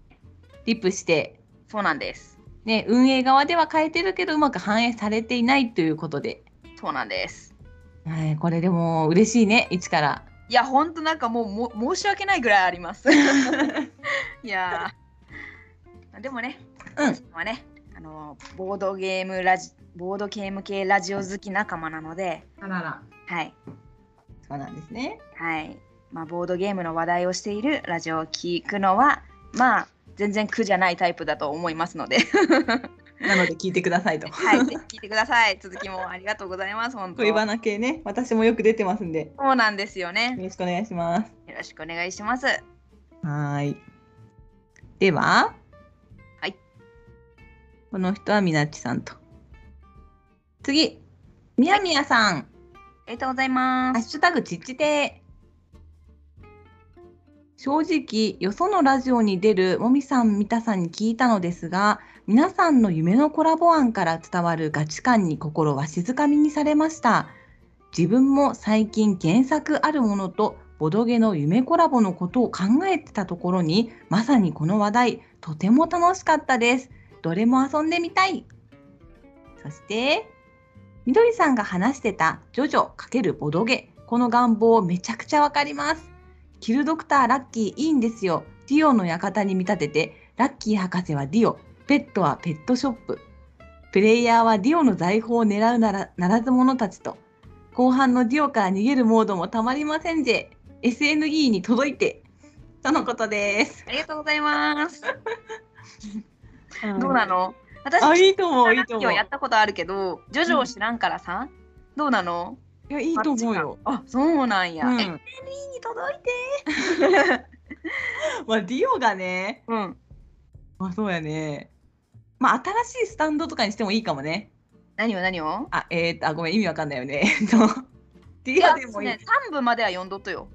B: リプして
A: そうなんです
B: ね、運営側では変えてるけどうまく反映されていないということで
A: そうなんです
B: はい、これでも嬉しいね、一から。
A: いや、ほんとなんかもうも申し訳ないぐらいあり ます。いやーでもね、
B: うん
A: 私はね、あのボードゲームラジボードゲーム系ラジオ好き仲間なので、
D: あらら。
A: はい
B: そうなんですね。
A: はい、まあボードゲームの話題をしているラジオを聞くのは、まあ全然苦じゃないタイプだと思います ので、
B: なので聞いてくださ いと。
A: はい、ぜひ聞いてください。続きもありがとうございます。本当。
B: 恋バナ系ね、私もよく出てますんで、
A: そうなんですよね。
B: よろしくお願いしま
A: よ
B: す。
A: ろしくお願いします。
B: はーい。では、
A: はい。
B: この人はみなっちさんと。次、みやみやさん、
A: ありがとうございま
B: ハッ
A: す。
B: シュタグちっちて。正直、よそのラジオに出るもみさん、みたさんに聞いたのですが、皆さんの夢のコラボ案から伝わるガチ感に心は静かみにされました。自分も最近原作あるものとボドゲの夢コラボのことを考えてたところに、まさにこの話題、とても楽しかったです。どれも遊んでみたい。そして、みどりさんが話してた「ジョジョ×ボドゲ」この願望めちゃくちゃわかります。キルドクターラッキーいいんですよ。ディオの館に見立ててラッキー博士はディオペットはペットショッププレイヤーはディオの財宝を狙うならならず者たちと後半のディオから逃げるモードもたまりませんぜ SNE に届いてとのことです。
A: ありがとうございます。どうなの私、
B: あいいと思 ういい
A: ラ
B: と
A: ッ
B: 思
A: キー
B: う。
A: はいやったことあるけど、ジョジョを知らんからさ、どうなの
B: やいいと思うよ。
A: あ、そうなんや。
B: う
A: SNE
B: ん、
A: に届いて。
B: まあディオがね
A: うん。
B: まあそうやね。まあ新しいスタンドとかにしてもいいかもね。
A: 何を何を
B: あ、えー、と、あ、ごめん、意味わかんないよね。 えっと、デ
A: い
B: ィ
A: や、
B: ア
A: で
B: でもいい。
A: ね、3部までは読んどっとよ。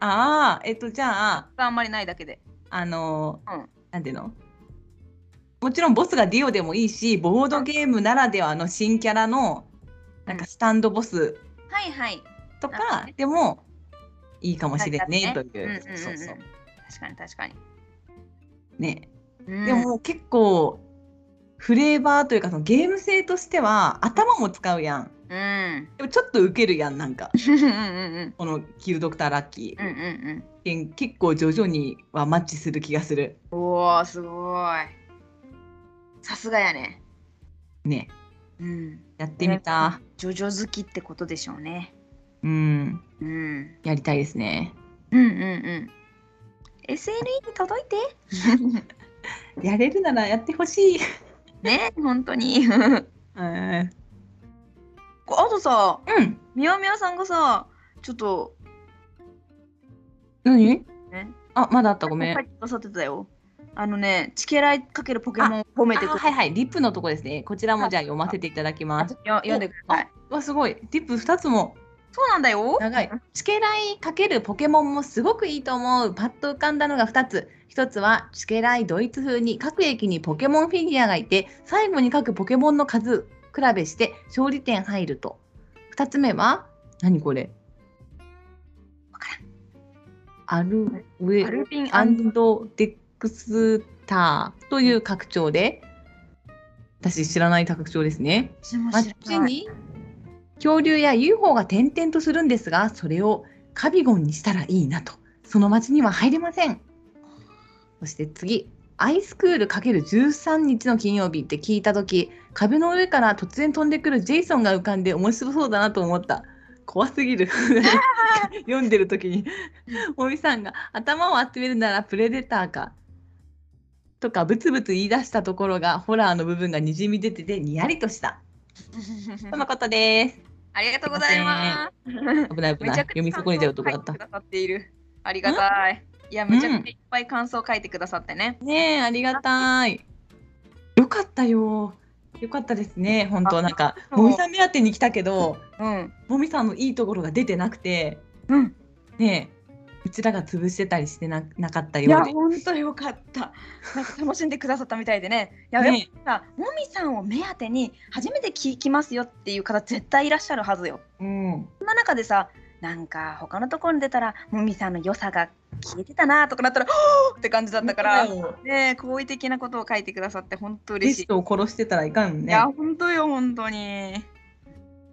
B: ああ、えっと、じゃあ、
A: あんまりないだけで。
B: あのー
A: うん
B: なんていうのもちろんボスがディオでもいいし、ボードゲームならではの新キャラの、なんかスタンドボス
A: はいはい。
B: と
A: なるほど
B: か
A: ね
B: でもいいかもしれんね、と
A: 確かに
B: いう。
A: んんんん
B: そうそう。
A: 確かに確かに。
B: ね。
A: うん
B: でももう結構、フレーバーというか、そのゲーム性としては頭も使うやん。
A: うん。うん
B: でもちょっとウケるやん、なんか。
A: うんうん
B: このキルドクターラッキ
A: うんうんうん
B: ー、結構徐々にはマッチする気がする
A: うん。おお、すごい。さすがやね。
B: ね
A: うん。
B: やってみた、
A: ジョジョ好きってことでしょうね。
B: うん
A: うん。
B: やりたいですね
A: うんうんうん。SNE に届いて。
B: やれるならやってほしい
A: ね、本当に。
B: うん
A: こあとさ、みやみやさんがさ、ちょっと、
B: 何
A: ね
B: あまだあったごめん
A: 書いてくださってたよ。あのね、チケライかけるポケモンを褒めて
B: あ
A: く
B: はいはいリップのとこですねこちらもじゃあ読ませていただきます
A: よ読んでください。
B: わすごいリップ2つも
A: そうなんだよ。
B: 長い。チケライ×ポケモンもすごくいいと思う。パッと浮かんだのが2つ。1つはチケライドイツ風に各駅にポケモンフィギュアがいて、最後に各ポケモンの数比べして勝利点入ると。2つ目は、何これアルウ
A: ア
B: ェ
A: ルピン
B: アンドデックスターという拡張で、私知らない拡張ですね。
A: 私 も知
B: 街
A: らない。
B: に恐竜や UFO が転々とするんですがそれをカビゴンにしたらいいなとその街には入れませんそして次アイスクール ×13 日の金曜日って聞いた時壁の上から突然飛んでくるジェイソンが浮かんで面白そうだなと思った怖すぎる 読んでる時におみさんが頭を集めるならプレデターかとかブツブツ言い出したところがホラーの部分がにじみ出ててにやりとしたとのことです。
A: ありがとうございます。
B: 危ない危ない。読み損ねちゃうとこだっ
A: 感想を書い
B: た
A: てく。ださっている。ありがたい。いや、めちゃくちゃいっぱい感想を書いてくださってね。
B: ねえ、ありがたい。よかったよ。よかったですね。本当
A: あ
B: なんか、
A: そう
B: もみさん目当てに来たけど、
A: うん。
B: もみさんのいいところが出てなくて、
A: うん。
B: ねえ、うちらが潰してたりしてななかった
A: い
B: よ
A: や、
B: うで。
A: ほんとよかった。なんか楽しんでくださったみたいでね。いや、
B: ね
A: やっぱさ、もみさんを目当てに初めて聞きますよっていう方絶対いらっしゃるはずよ。
B: え、うん。
A: そんな中でさ、なんか他のところに出たら、もみさんの良さが消えてたなとかなったら、はぁって感じだったから、ね
B: 本当だよ
A: え好意的なことを書いてくださって、本当
B: ゲ
A: 嬉しい
B: ス。トを殺してたらいかん
A: い
B: ね。
A: や、
B: よ
A: 本当よ、本当に。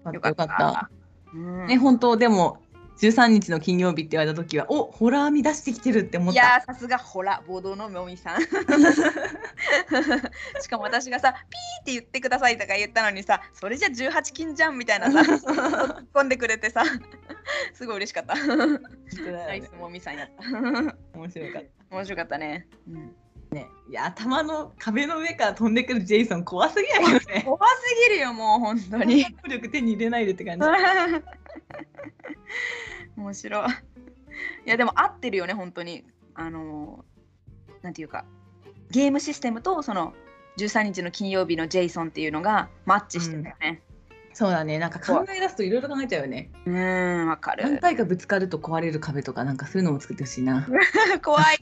B: かっ
A: よかっ
B: たよ
A: た
B: かった。
A: うん
B: ね、本当でも13日の金曜日って言われた時はおホラー編み出してきてるって思っ
A: い
B: た
A: やーさすがほらボードのもみさん しかも私がさ「ピーって言ってください」とか言ったのにさ「それじゃ18金じゃん」みたいなさ突っ込んでくれてさすごい嬉しかった ナイスもみさんやった
B: 面白かった
A: 面白かったね、うん、
B: いや頭の壁の上から飛んでくるジェイソン怖すぎないよね
A: 怖すぎるよもう本当
B: 能
A: に
B: 力手に入れないでって感じ
A: 面白いいやでも合ってるよね本当にあのーなんていうかゲームシステムとその13日の金曜日のジェイソンっていうのがマッチしてたよね
B: そうだねなんか考え出すといろいろ考えちゃうよね
A: うーんわか
B: 何
A: る
B: 回かぶつかると壊れる壁とかなんかそういうのも作ってほしいな
A: 怖い怖い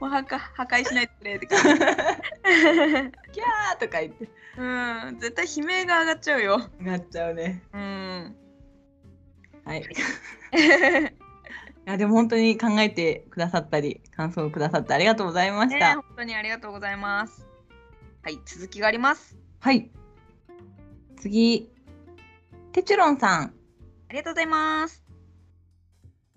A: もうはか破壊しないでくれって感じ
B: キャーとか言って
A: うん絶対悲鳴が上がっちゃうよ
B: なっちゃうね
A: うん
B: はい いやでも本当に考えてくださったり感想をくださってありがとうございまし
A: ね
B: た、
A: 本当にありがとうございますはい続きがあります
B: はい次テチュロンさん
A: ありがとうございます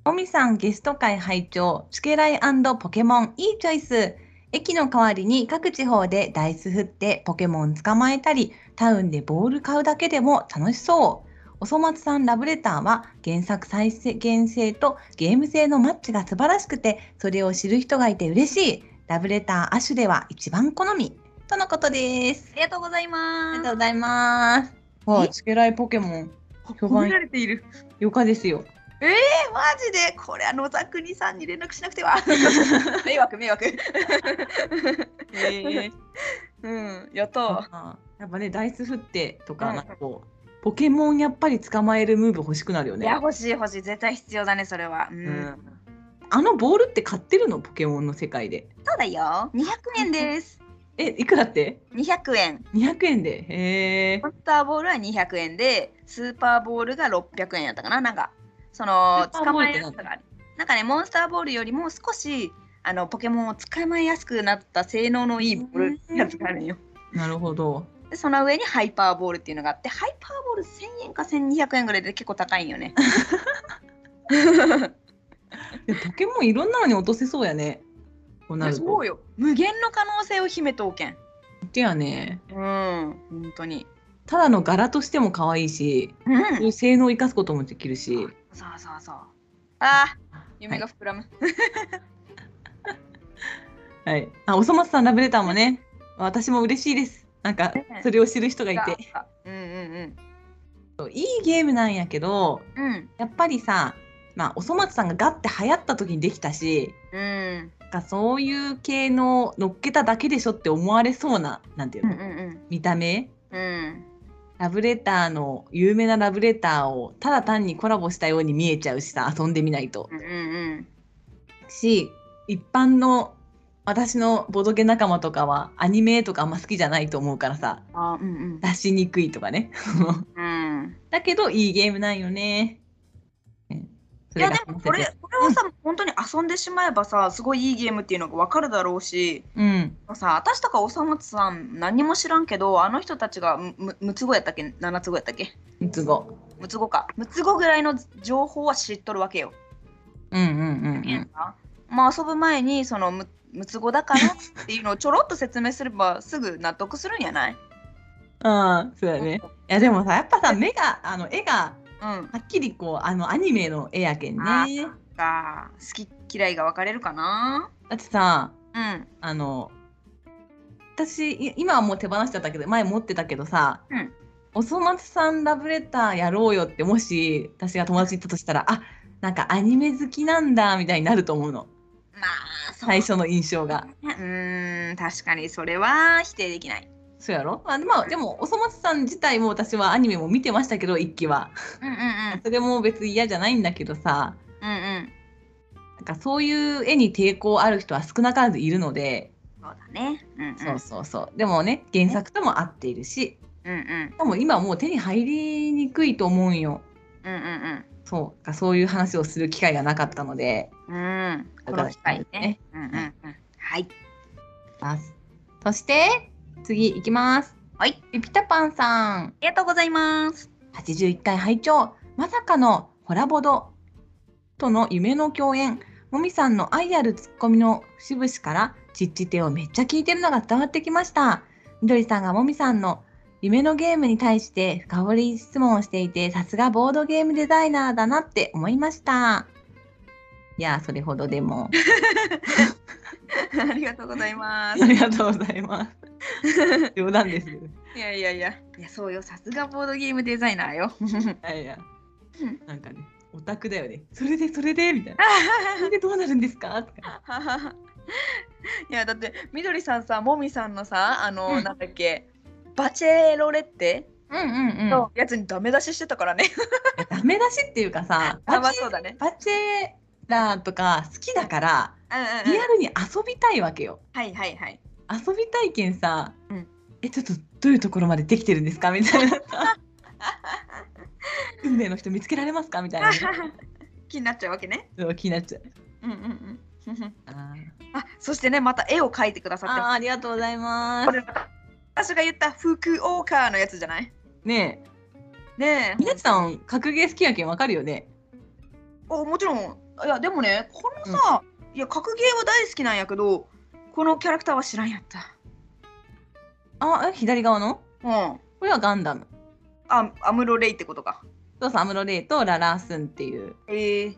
B: もみさんゲスト会拝聴つけらいポケモンいいチョイス駅の代わりに各地方でダイス振ってポケモン捕まえたりタウンでボール買うだけでも楽しそうおそ松さんラブレターは原作再現性とゲーム性のマッチが素晴らしくてそれを知る人がいて嬉しいラブレター亜種では一番好みとのことです
A: ありがとうござい
B: あ
A: ます
B: りがとうございますわあつけらいポケモン評
A: 褒
B: 判
A: められている。
B: よかですよ
A: え、マジでこれは野沢国さんに連絡しなくては。 迷惑、迷惑。 うん、やった。
B: あーやっぱねダイス振ってと
A: う
B: か
A: ん
B: なんかこうポケモンやっぱり捕まえるムーブ欲しくなるよ
A: い
B: ね
A: や、。欲しい、欲しい。絶対必要だね、それは。うん。
B: うんあのボールって買ってるのポケモンの世界で。
A: そうだよ。200円です。
B: えいくらって
A: 200円。
B: ?200 円で。へえ
A: モ。ンスターボールは200円で、スーパーボールが600円やったかな。なんか、その、
B: スーパー
A: 捕
B: ボ
A: ま
B: ール
A: え
B: って
A: や
B: 何
A: すさがある。なんかね、モンスターボールよりも少し、あの、ポケモンを捕まえやすくなった性能のいいボールやつがあるんよ。
B: なるほど。
A: でその上にハイパーボールっていうのがあってハイパーボール1000円か1200円ぐらいで結構高いんよね
B: でポケモンいろんなのに落とせそうやね。こうなると。
A: そうよ無限の可能性を秘めとおけん
B: ってやね。
A: うん本当に
B: ただの柄としても可愛いし、
A: うん
B: そういう性能を生かすこともできるし。
A: そうそうそうあー夢が膨らむ、
B: はい。あおそ松さんラブレターもね私も嬉しいです。なんか
A: ね
B: それを知る人がいて。
A: うんうん
B: いいゲームなんやけど。
A: うんうん
B: やっぱりさ、まあ、おそ松さんがガッて流行った時にできたし
A: うん
B: なんかそういう系の乗っけただけでしょって思われそうななんていう
A: うんう
B: の、
A: ん
B: 見た目
A: うんうん
B: ラブレターの有名なラブレターをただ単にコラボしたように見えちゃうしさ遊んでみないと。
A: うんうん
B: し一般の私のボドゲ仲間とかはアニメとかあんま好きじゃないと思うからさ
A: あーうん
B: 出しにくいとかね
A: うんうん
B: だけどいいゲームなんよね。ねそ
A: い
B: れ
A: や
B: が
A: でもこれこれをさ、本当に遊んでしまえばさすごいいいゲームっていうのがわかるだろうし
B: うん
A: さ私とかおさまつさん何も知らんけどあの人たちがむむ6つ子やったっけ7つ子やったっけ
B: 三つ子
A: 6つ子か6つ子ぐらいの情報は知っとるわけよ。
B: うんうんうんうん
A: まあ遊ぶ前にそのむ6つ子だからっていうのをちょろっと説明すればすぐ納得するんや ない
B: うん、そうだね。いやでもさ、やっぱさ、目が、あの絵が、
A: うん。
B: はっきりこう、あのアニメの絵やけんね。
A: あ
B: だ
A: ーか好き嫌いが分かれるかな
B: ってさ、
A: うん。
B: あの。私、い今はもう手放しちゃったけど、前持ってたけどさ。
A: うん
B: おそ松さんラブレターやろうよって、もし、私が友達に言ったとしたら、あ、なんかアニメ好きなんだみたいになると思うの。
A: まあそう
B: 最初の印象が。
A: ねうーん確かにそれは否定できない。
B: そうやろ、まあ、でまあ、でも、おそ松さん自体も、私はアニメも見てましたけど、一期は。
A: うんうんうん。
B: それも別に嫌じゃないんだけどさ。
A: うんうん。
B: なんかそういう絵に抵抗ある人は少なからずいるので、
A: そうだね。うんうん。
B: そうそうそうでもね原作とも合っているし
A: うんうん。
B: でも今もう手に入りにくいと思うんよ
A: うんうんうん。
B: そうかそういう話をする機会がなかったので
A: うん、
B: こ
A: こ
B: の
A: の
B: 機
A: 機
B: 会
A: 会
B: ね
A: ね。うんうんうん。はい。
B: ますそして次いきます
A: はい。
B: ピピタパンさん
A: ありがとうございます。
B: 81回拝聴まさかのホラボドとの夢の共演もみさんの愛あるツッコミの節々からちっちてをめっちゃ聞いてるのが伝わってきましたみどりさんがもみさんの夢のゲームに対して深掘り質問をしていてさすがボードゲームデザイナーだなって思いましたいやーそれほどでも
A: ありがとうございま
B: あ
A: す。
B: りがとうございます冗談です
A: いやいやいや、いやそうよ、さすがボードゲームデザイナーよ。
B: いやいや
A: うん
B: なんかねオタクだよねそれでそれで みたいなそれでどうなるんですかとか
A: いやだってみどりさんさもみさんのさあの、
B: うん
A: なんだっけバチェロレッテ
B: うんうんうん
A: のやつにダメ出ししてたからね。
B: ダメ出しっていうかさ
A: あ
B: バ
A: まあ
B: チ
A: そうだね。
B: バチェラーとか好きだから
A: うんうん
B: リ
A: うん
B: ア、ルに遊びたいわけよ
A: はいはい はい。
B: 遊びたいけんさ、
A: うん
B: えちょっとどういうところまでできてるんですかみた いな運命の人見つけられますかみたいなね、
A: 気になっちゃうわけね。
B: そう気になっちゃう
A: うんうんうん。
B: あ
A: あそしてねまた絵を描いてくださってま
B: あありがとうございます
A: これす私が言った福岡のやつじゃない
B: ねえ
A: ねえ
B: みなちさん格ゲー好きやけんわかるよね
A: おもちろんいやでもねこのさ、いや格ゲーは大好きなんやけどこのキャラクターは知らんやった
B: あえ左側の
A: うん
B: これはガンダム
A: あアムロレイってことか
B: そうそうアムロレイとララースンっていう
A: ええも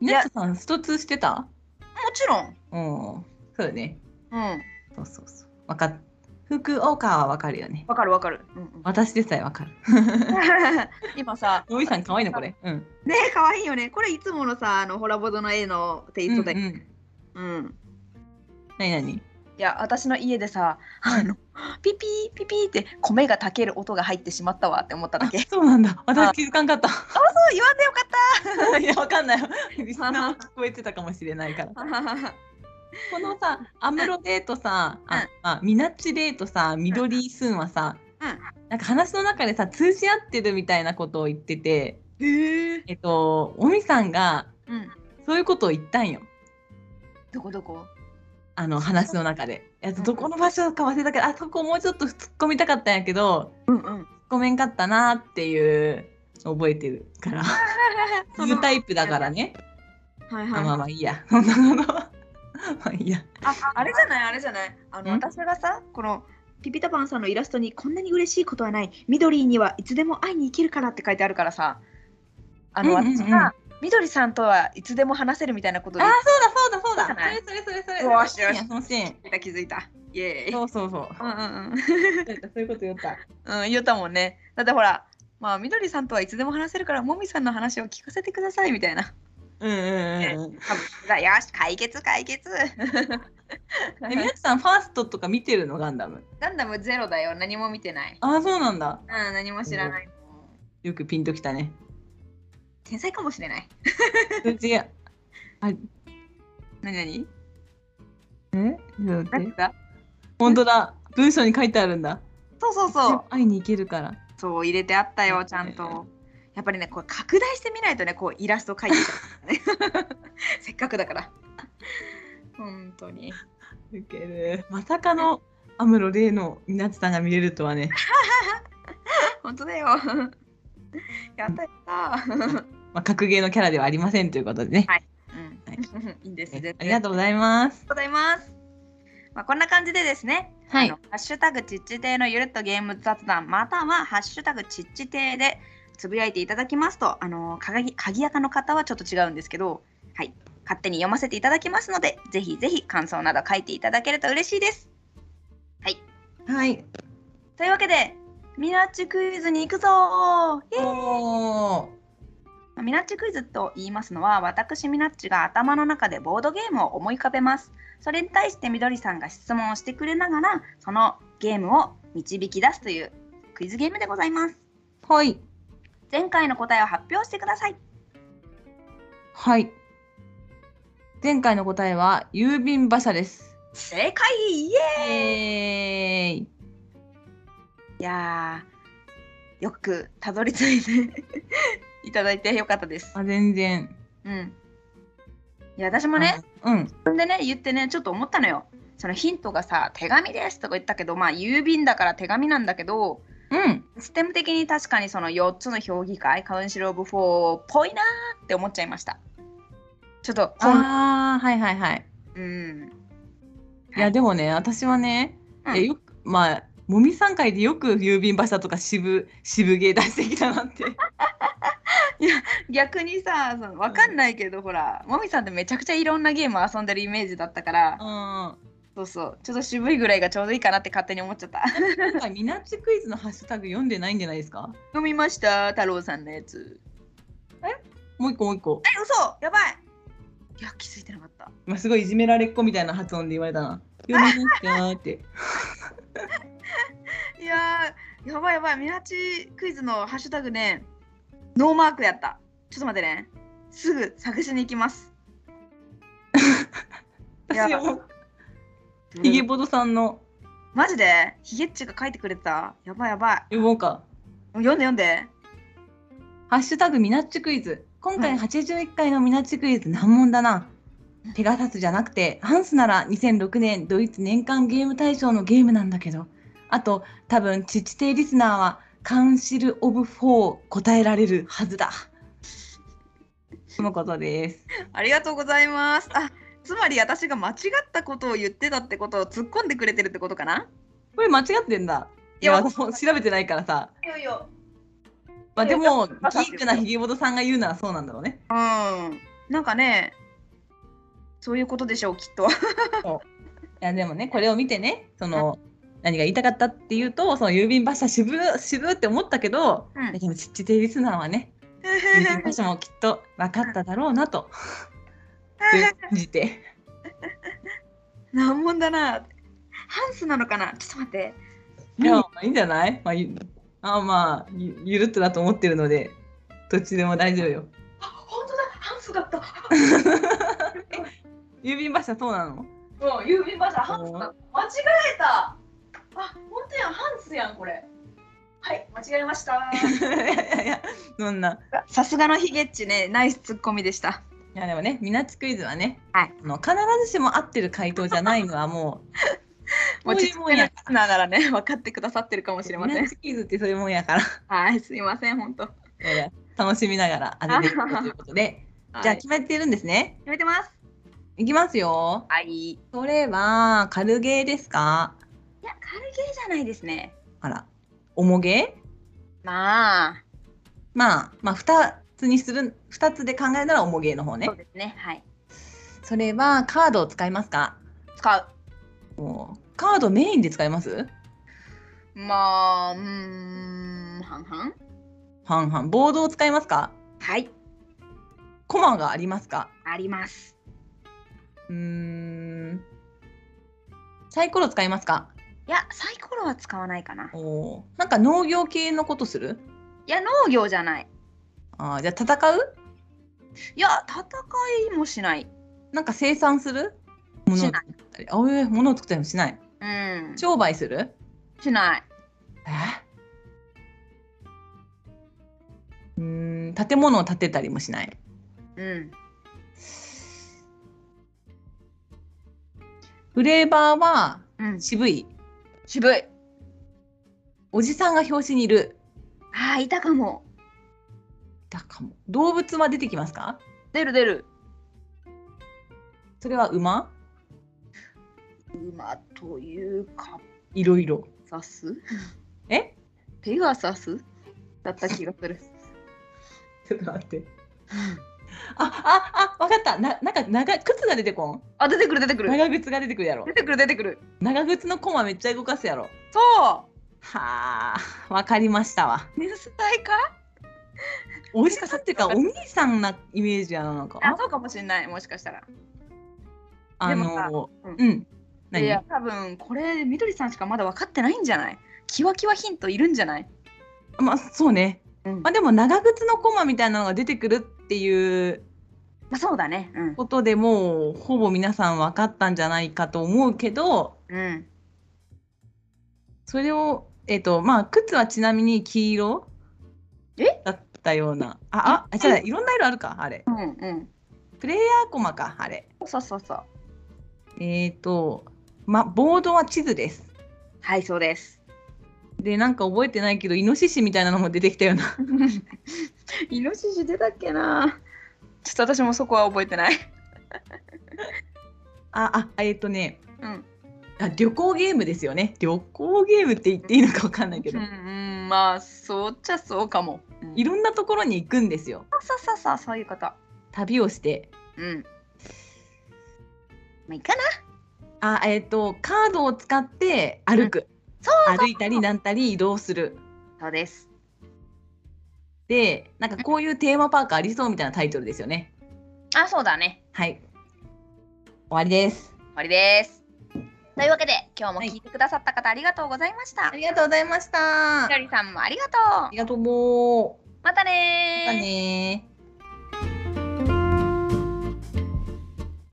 B: みなちさんスト2してた
A: ちろん
B: うんそうだね
A: うん
B: そうそうそうわかっ福岡はわかるよね
A: わかるわかる、うんうん、
B: 私でさえわかる
A: 今さ
B: もみさん可愛いなこれうん
A: ねえかわいいよねこれいつものさあのホラボドの絵のテイストで
B: うんうん
A: うん、
B: 何何
A: いや私の家でさあのピピーピピーって米が炊ける音が入ってしまったわって思っただ
B: あ
A: けそう
B: そうなんだ
A: あ
B: 私気づかんかった
A: 言わんでよかった
B: いやわかんないよリスナーも聞こえてたかもしれない からこのさアムロデーとさ
A: う
B: あ
A: ん、
B: まあ、ミナッチデーとさミドリースンはさ、
A: うん
B: なんか話の中でさ通じ合ってるみたいなことを言ってて
A: へえ
B: えっとおみさんが
A: うん
B: そういうことを言ったんよ
A: どこどこ
B: あの話の中で。えっとどこの場所か忘れたけどあそこもうちょっと突っ込みたかったんやけど
A: うんうん
B: 突っ込めんかったなっていう覚えてる からそういうタイプだからね。
A: はい
B: あまあ
A: はい
B: まあいいや。 そんなのはまあいいや。
A: ああれじゃないあれじゃないあの
B: ん
A: 私がさこのピピタパンさんのイラストにこんなに嬉しいことはない緑にはいつでも会いに行けるからって書いてあるからさあの
B: うんうんうん
A: 私が緑さんとはいつでも話せるみたいなこと
B: あ
A: で
B: ーそうだそうだ
A: じゃ
B: そうだ。
A: な
B: そ
A: い
B: れそれそれそれ。
A: よしよし
B: そのシーンや
A: 気づいた気づいたイエー
B: そのシーン。
A: イ
B: そうそう
A: うん
B: そう。
A: うん
B: そういうこと言った。
A: うん、うん、言ったもんねだってほらまあ緑さんとはいつでも話せるからもみさんの話を聞かせてくださいみたいな
B: うんう んうんうん。
A: 多分よし解決 解決
B: え皆さんファーストとか見てるのガンダム。
A: ガンダムゼロだよ何も見てない
B: ああそうなんだ。
A: うん何も知らない
B: よくピンとき たね。
A: 天才かもしれないう
B: ち
A: 何何
B: 待って
A: だ
B: 本当だ。文章に書いてあるんだ。
A: そうそう そう
B: 会いに行けるから。
A: そう入れてあったよちゃんとやっぱりねこれ拡大してみないとねこうイラスト描いてちゃうからね せっかくだから本当に
B: ウケる。まさかのアムロレイの皆さんが見れるとはね。
A: 本当だよやったやった
B: まあ格ゲーのキャラではありませんということでね。
A: うん
B: はい
A: いいんです
B: え
A: 全然
B: ありがとうございます。
A: ございます。まあ、こんな感じでですね、
B: は
A: あの。ハッシュタグちっち亭のゆるっとゲーム雑談、またはハッシュタグちっち亭でつぶやいていただきますと、あの鍵鍵垢の方はちょっと違うんですけど、はい、勝手に読ませていただきますので、ぜひぜひ感想など書いていただけると嬉しいです。
B: はい。
A: というわけで、ミラッチクイズに行くぞーイエーイ
B: おー
A: ミナッチクイズと言いますのは私ミナッチが頭の中でボードゲームを思い浮かべますそれに対してみどりさんが質問をしてくれながらそのゲームを導き出すというクイズゲームでございます
B: はい。
A: 前回の答えを発表してください
B: はい。前回の答えは郵便馬車です。
A: 正解イエー
B: イエーイ。
A: イいやーよくたどり着いていただいてよかったです
B: あ、全然。
A: うんいや私もね
B: あ。うん。
A: でね言ってねちょっと思ったのよそのヒントがさ手紙ですとか言ったけどまあ郵便だから手紙なんだけど
B: うん。
A: ステム的に確かにその4つの評議会カウンシル・オブ・フォーっぽいなーって思っちゃいましたちょっと本
B: ああ、はいはいはい。
A: うん
B: いや、でもね、私はね、
A: うん
B: えよく、まあ、もみさん会でよく郵便馬車とか渋、渋芸出してきたな って。
A: 逆にさそのわかんないけど、ほらもみさんってめちゃくちゃいろんなゲーム遊んでるイメージだったから、
B: うん。
A: そうそうちょっと渋いぐらいがちょうどいいかなって勝手に思っちゃった
B: 今回、みなっちクイズのハッシュタグ読んでないんじゃないですか
A: 読みました太郎さんのやつ
B: もう一個もう一 個。
A: え嘘やばいいや気づいてなかった
B: 今すごいいじめられっ子みたいな発音で言われたな。読めなきゃーって。
A: いやーやばいやばいみなちクイズのハッシュタグねノーマークやったちょっと待ってねすぐ探しに行きますや
B: 私
A: ば
B: も、ひげぼどさんの
A: マジでヒゲッチが書いてくれてたやばいやばい
B: 読もうか。
A: 読んで読んで
B: ハッシュタグミナッチクイズ。今
A: う
B: 回
A: ん
B: 81回のミナッチクイズ難問だな。ペガサスじゃなくて、ハンスなら2006年ドイツ年間ゲーム大賞のゲームなんだけど。あと、多分、チチテイリスナーは、カウンシル・オブ・フォー答えられるはずだ。とのことです。
A: ありがとうございます。あ、つまり私が間違ったことを言ってたってことを突っ込んでくれてるってことかな。
B: これ間違ってんだ。いや、
A: いや
B: 私も調べてないからさ。
A: いよいよ。
B: まあ、
A: い
B: で
A: や
B: も、ギ
A: まさ
B: ークなひげぼどさんが言うならそうなんだろうね。
A: うん。なんかね、そういうことでしょうきっ と。
B: いやでもねこれを見てねその何が言いたかったっていうとその郵便馬車渋渋って思ったけど、
A: うん
B: でもちっちてリスナーはね郵便馬車もきっと分かっただろうなと信じて
A: 難問だな。ハンスなのかな。ちょっと待って。
B: いやまあいいんじゃない、 まあ、ゆあまあゆゆるっとだと思ってるのでどっちでも大丈夫よ
A: あ、本当だ。ハンスだった。
B: 郵便馬車そうなの
A: うん、郵便馬車
B: ハンスだ。
A: 間違えた。あ、本当やん。ハンスやんこれ。はい、間違えました。
B: いやいやそんな
A: さすがのヒゲッチね、ナイスツッコミでした。
B: いやでもねみなちクイズはね、
A: はい
B: あの必ずしも合ってる回答じゃないのはもう
A: もう
B: そう
A: ち
B: い
A: っ
B: う
A: ち
B: も
A: ゃ
B: ん
A: い
B: や
A: リスナーならね、分かってくださってるかもしれませ。
B: みなんちクイズってそういうもんやから
A: はい、すいません、本当。
B: いやいや楽しみながら当てていこうということで、じ
A: じゃあ、
B: ゃあ
A: 決
B: 決めてるんですね。
A: めてます。
B: いきますよ。
A: はい。い
B: それは軽ゲーですか？
A: や、軽ゲーじゃないですね。
B: あら、重ゲー？
A: まあ、
B: まあまあ二つにする二つで考えたら重ゲーの方ね
A: そう。ですね。はい。
B: それはカードを使いますか？
A: 使う。
B: カードメインで使います？
A: まあ、うーん、半々。
B: 半々。ボードを使いますか？
A: はい、
B: コマがありますか？
A: あります。
B: うーん。サイコロ使いますか？
A: いや、サイコロは使わないかな。
B: おーなんか農業系のことする？
A: いや、農業じゃない。
B: あーじゃあ戦う？
A: いや、戦いもしない。
B: なんか生産する？物を
A: し
B: 作
A: な
B: ったり、あおえ物を作ったりもしない。
A: い。うん。
B: 商売する？
A: しない。
B: えうーん建物を建てたりもしない。
A: うん。
B: フレーバーは
A: うん、
B: 渋い。
A: 渋い。
B: おじさんが表紙にいる。
A: ああ、いたかも。
B: だかも。動物は出てきますか？
A: 出る出る。
B: それは馬？
A: 馬というか、
B: いろいろ。
A: サス
B: え？
A: ペガサスだった気がす る。
B: ちょっと待って。あああわかった。ななんか長い靴が出てこん。
A: あ、出てくる出てくる。
B: 長靴が出てくるやろ
A: 出。てくる出てくる。
B: 長靴のコマめっちゃ動かすやろ。
A: そう
B: はあわかりましたわ。
A: 天才か
B: おじさんっていうかお兄さんなイメージやななんか。
A: あそうかもしれないもしかしたら
B: あ
A: でもさ
B: の
A: うん
B: うん。
A: いや多分これみどりさんしかまだ分かってないんじゃないキワキワヒントいるんじゃない
B: まあそうね、
A: うん
B: まあ、でも長靴のコマみたいなのが出てくるっていう
A: まあそうだねうん
B: ことでもうほぼ皆さん分かったんじゃないかと思うけど
A: うん
B: それをえっ、とまあ靴はちなみに黄色
A: え
B: だったようなあああ違ういろんな色あるかあれ
A: うんうん
B: プレイヤーコマかあれ
A: そうそうそう
B: えっ、とまあボードは地図です
A: はいそうです
B: でなんか覚えてないけどイノシシみたいなのも出てきたような
A: イノシシ出たっけなちょっと私もそこは覚えてない。
B: ああえっ、とね
A: うん。
B: あ旅行ゲームですよね旅行ゲームって言っていいのかわかんないけ
A: う
B: ど、
A: んうん、まあ、そうっちゃそうかも。うん
B: いろんなところに行くんですよ
A: そうそうそう、そういうこと。
B: 旅をして
A: うん。まあ、いいかな。
B: あえっ、とカードを使って歩く、歩いたりなんたり移動する
A: そうです。
B: でなんかこういうテーマパークありそうみたいなタイトルですよね
A: あ、そうだね。
B: はい終わりです
A: 終わりです。というわけで、今日も聞いてくださった方、ありがとうございました。
B: りがとうございました
A: ひ
B: あ
A: とりさんもありがと
B: りがとうもう
A: う。またねー。
B: またねー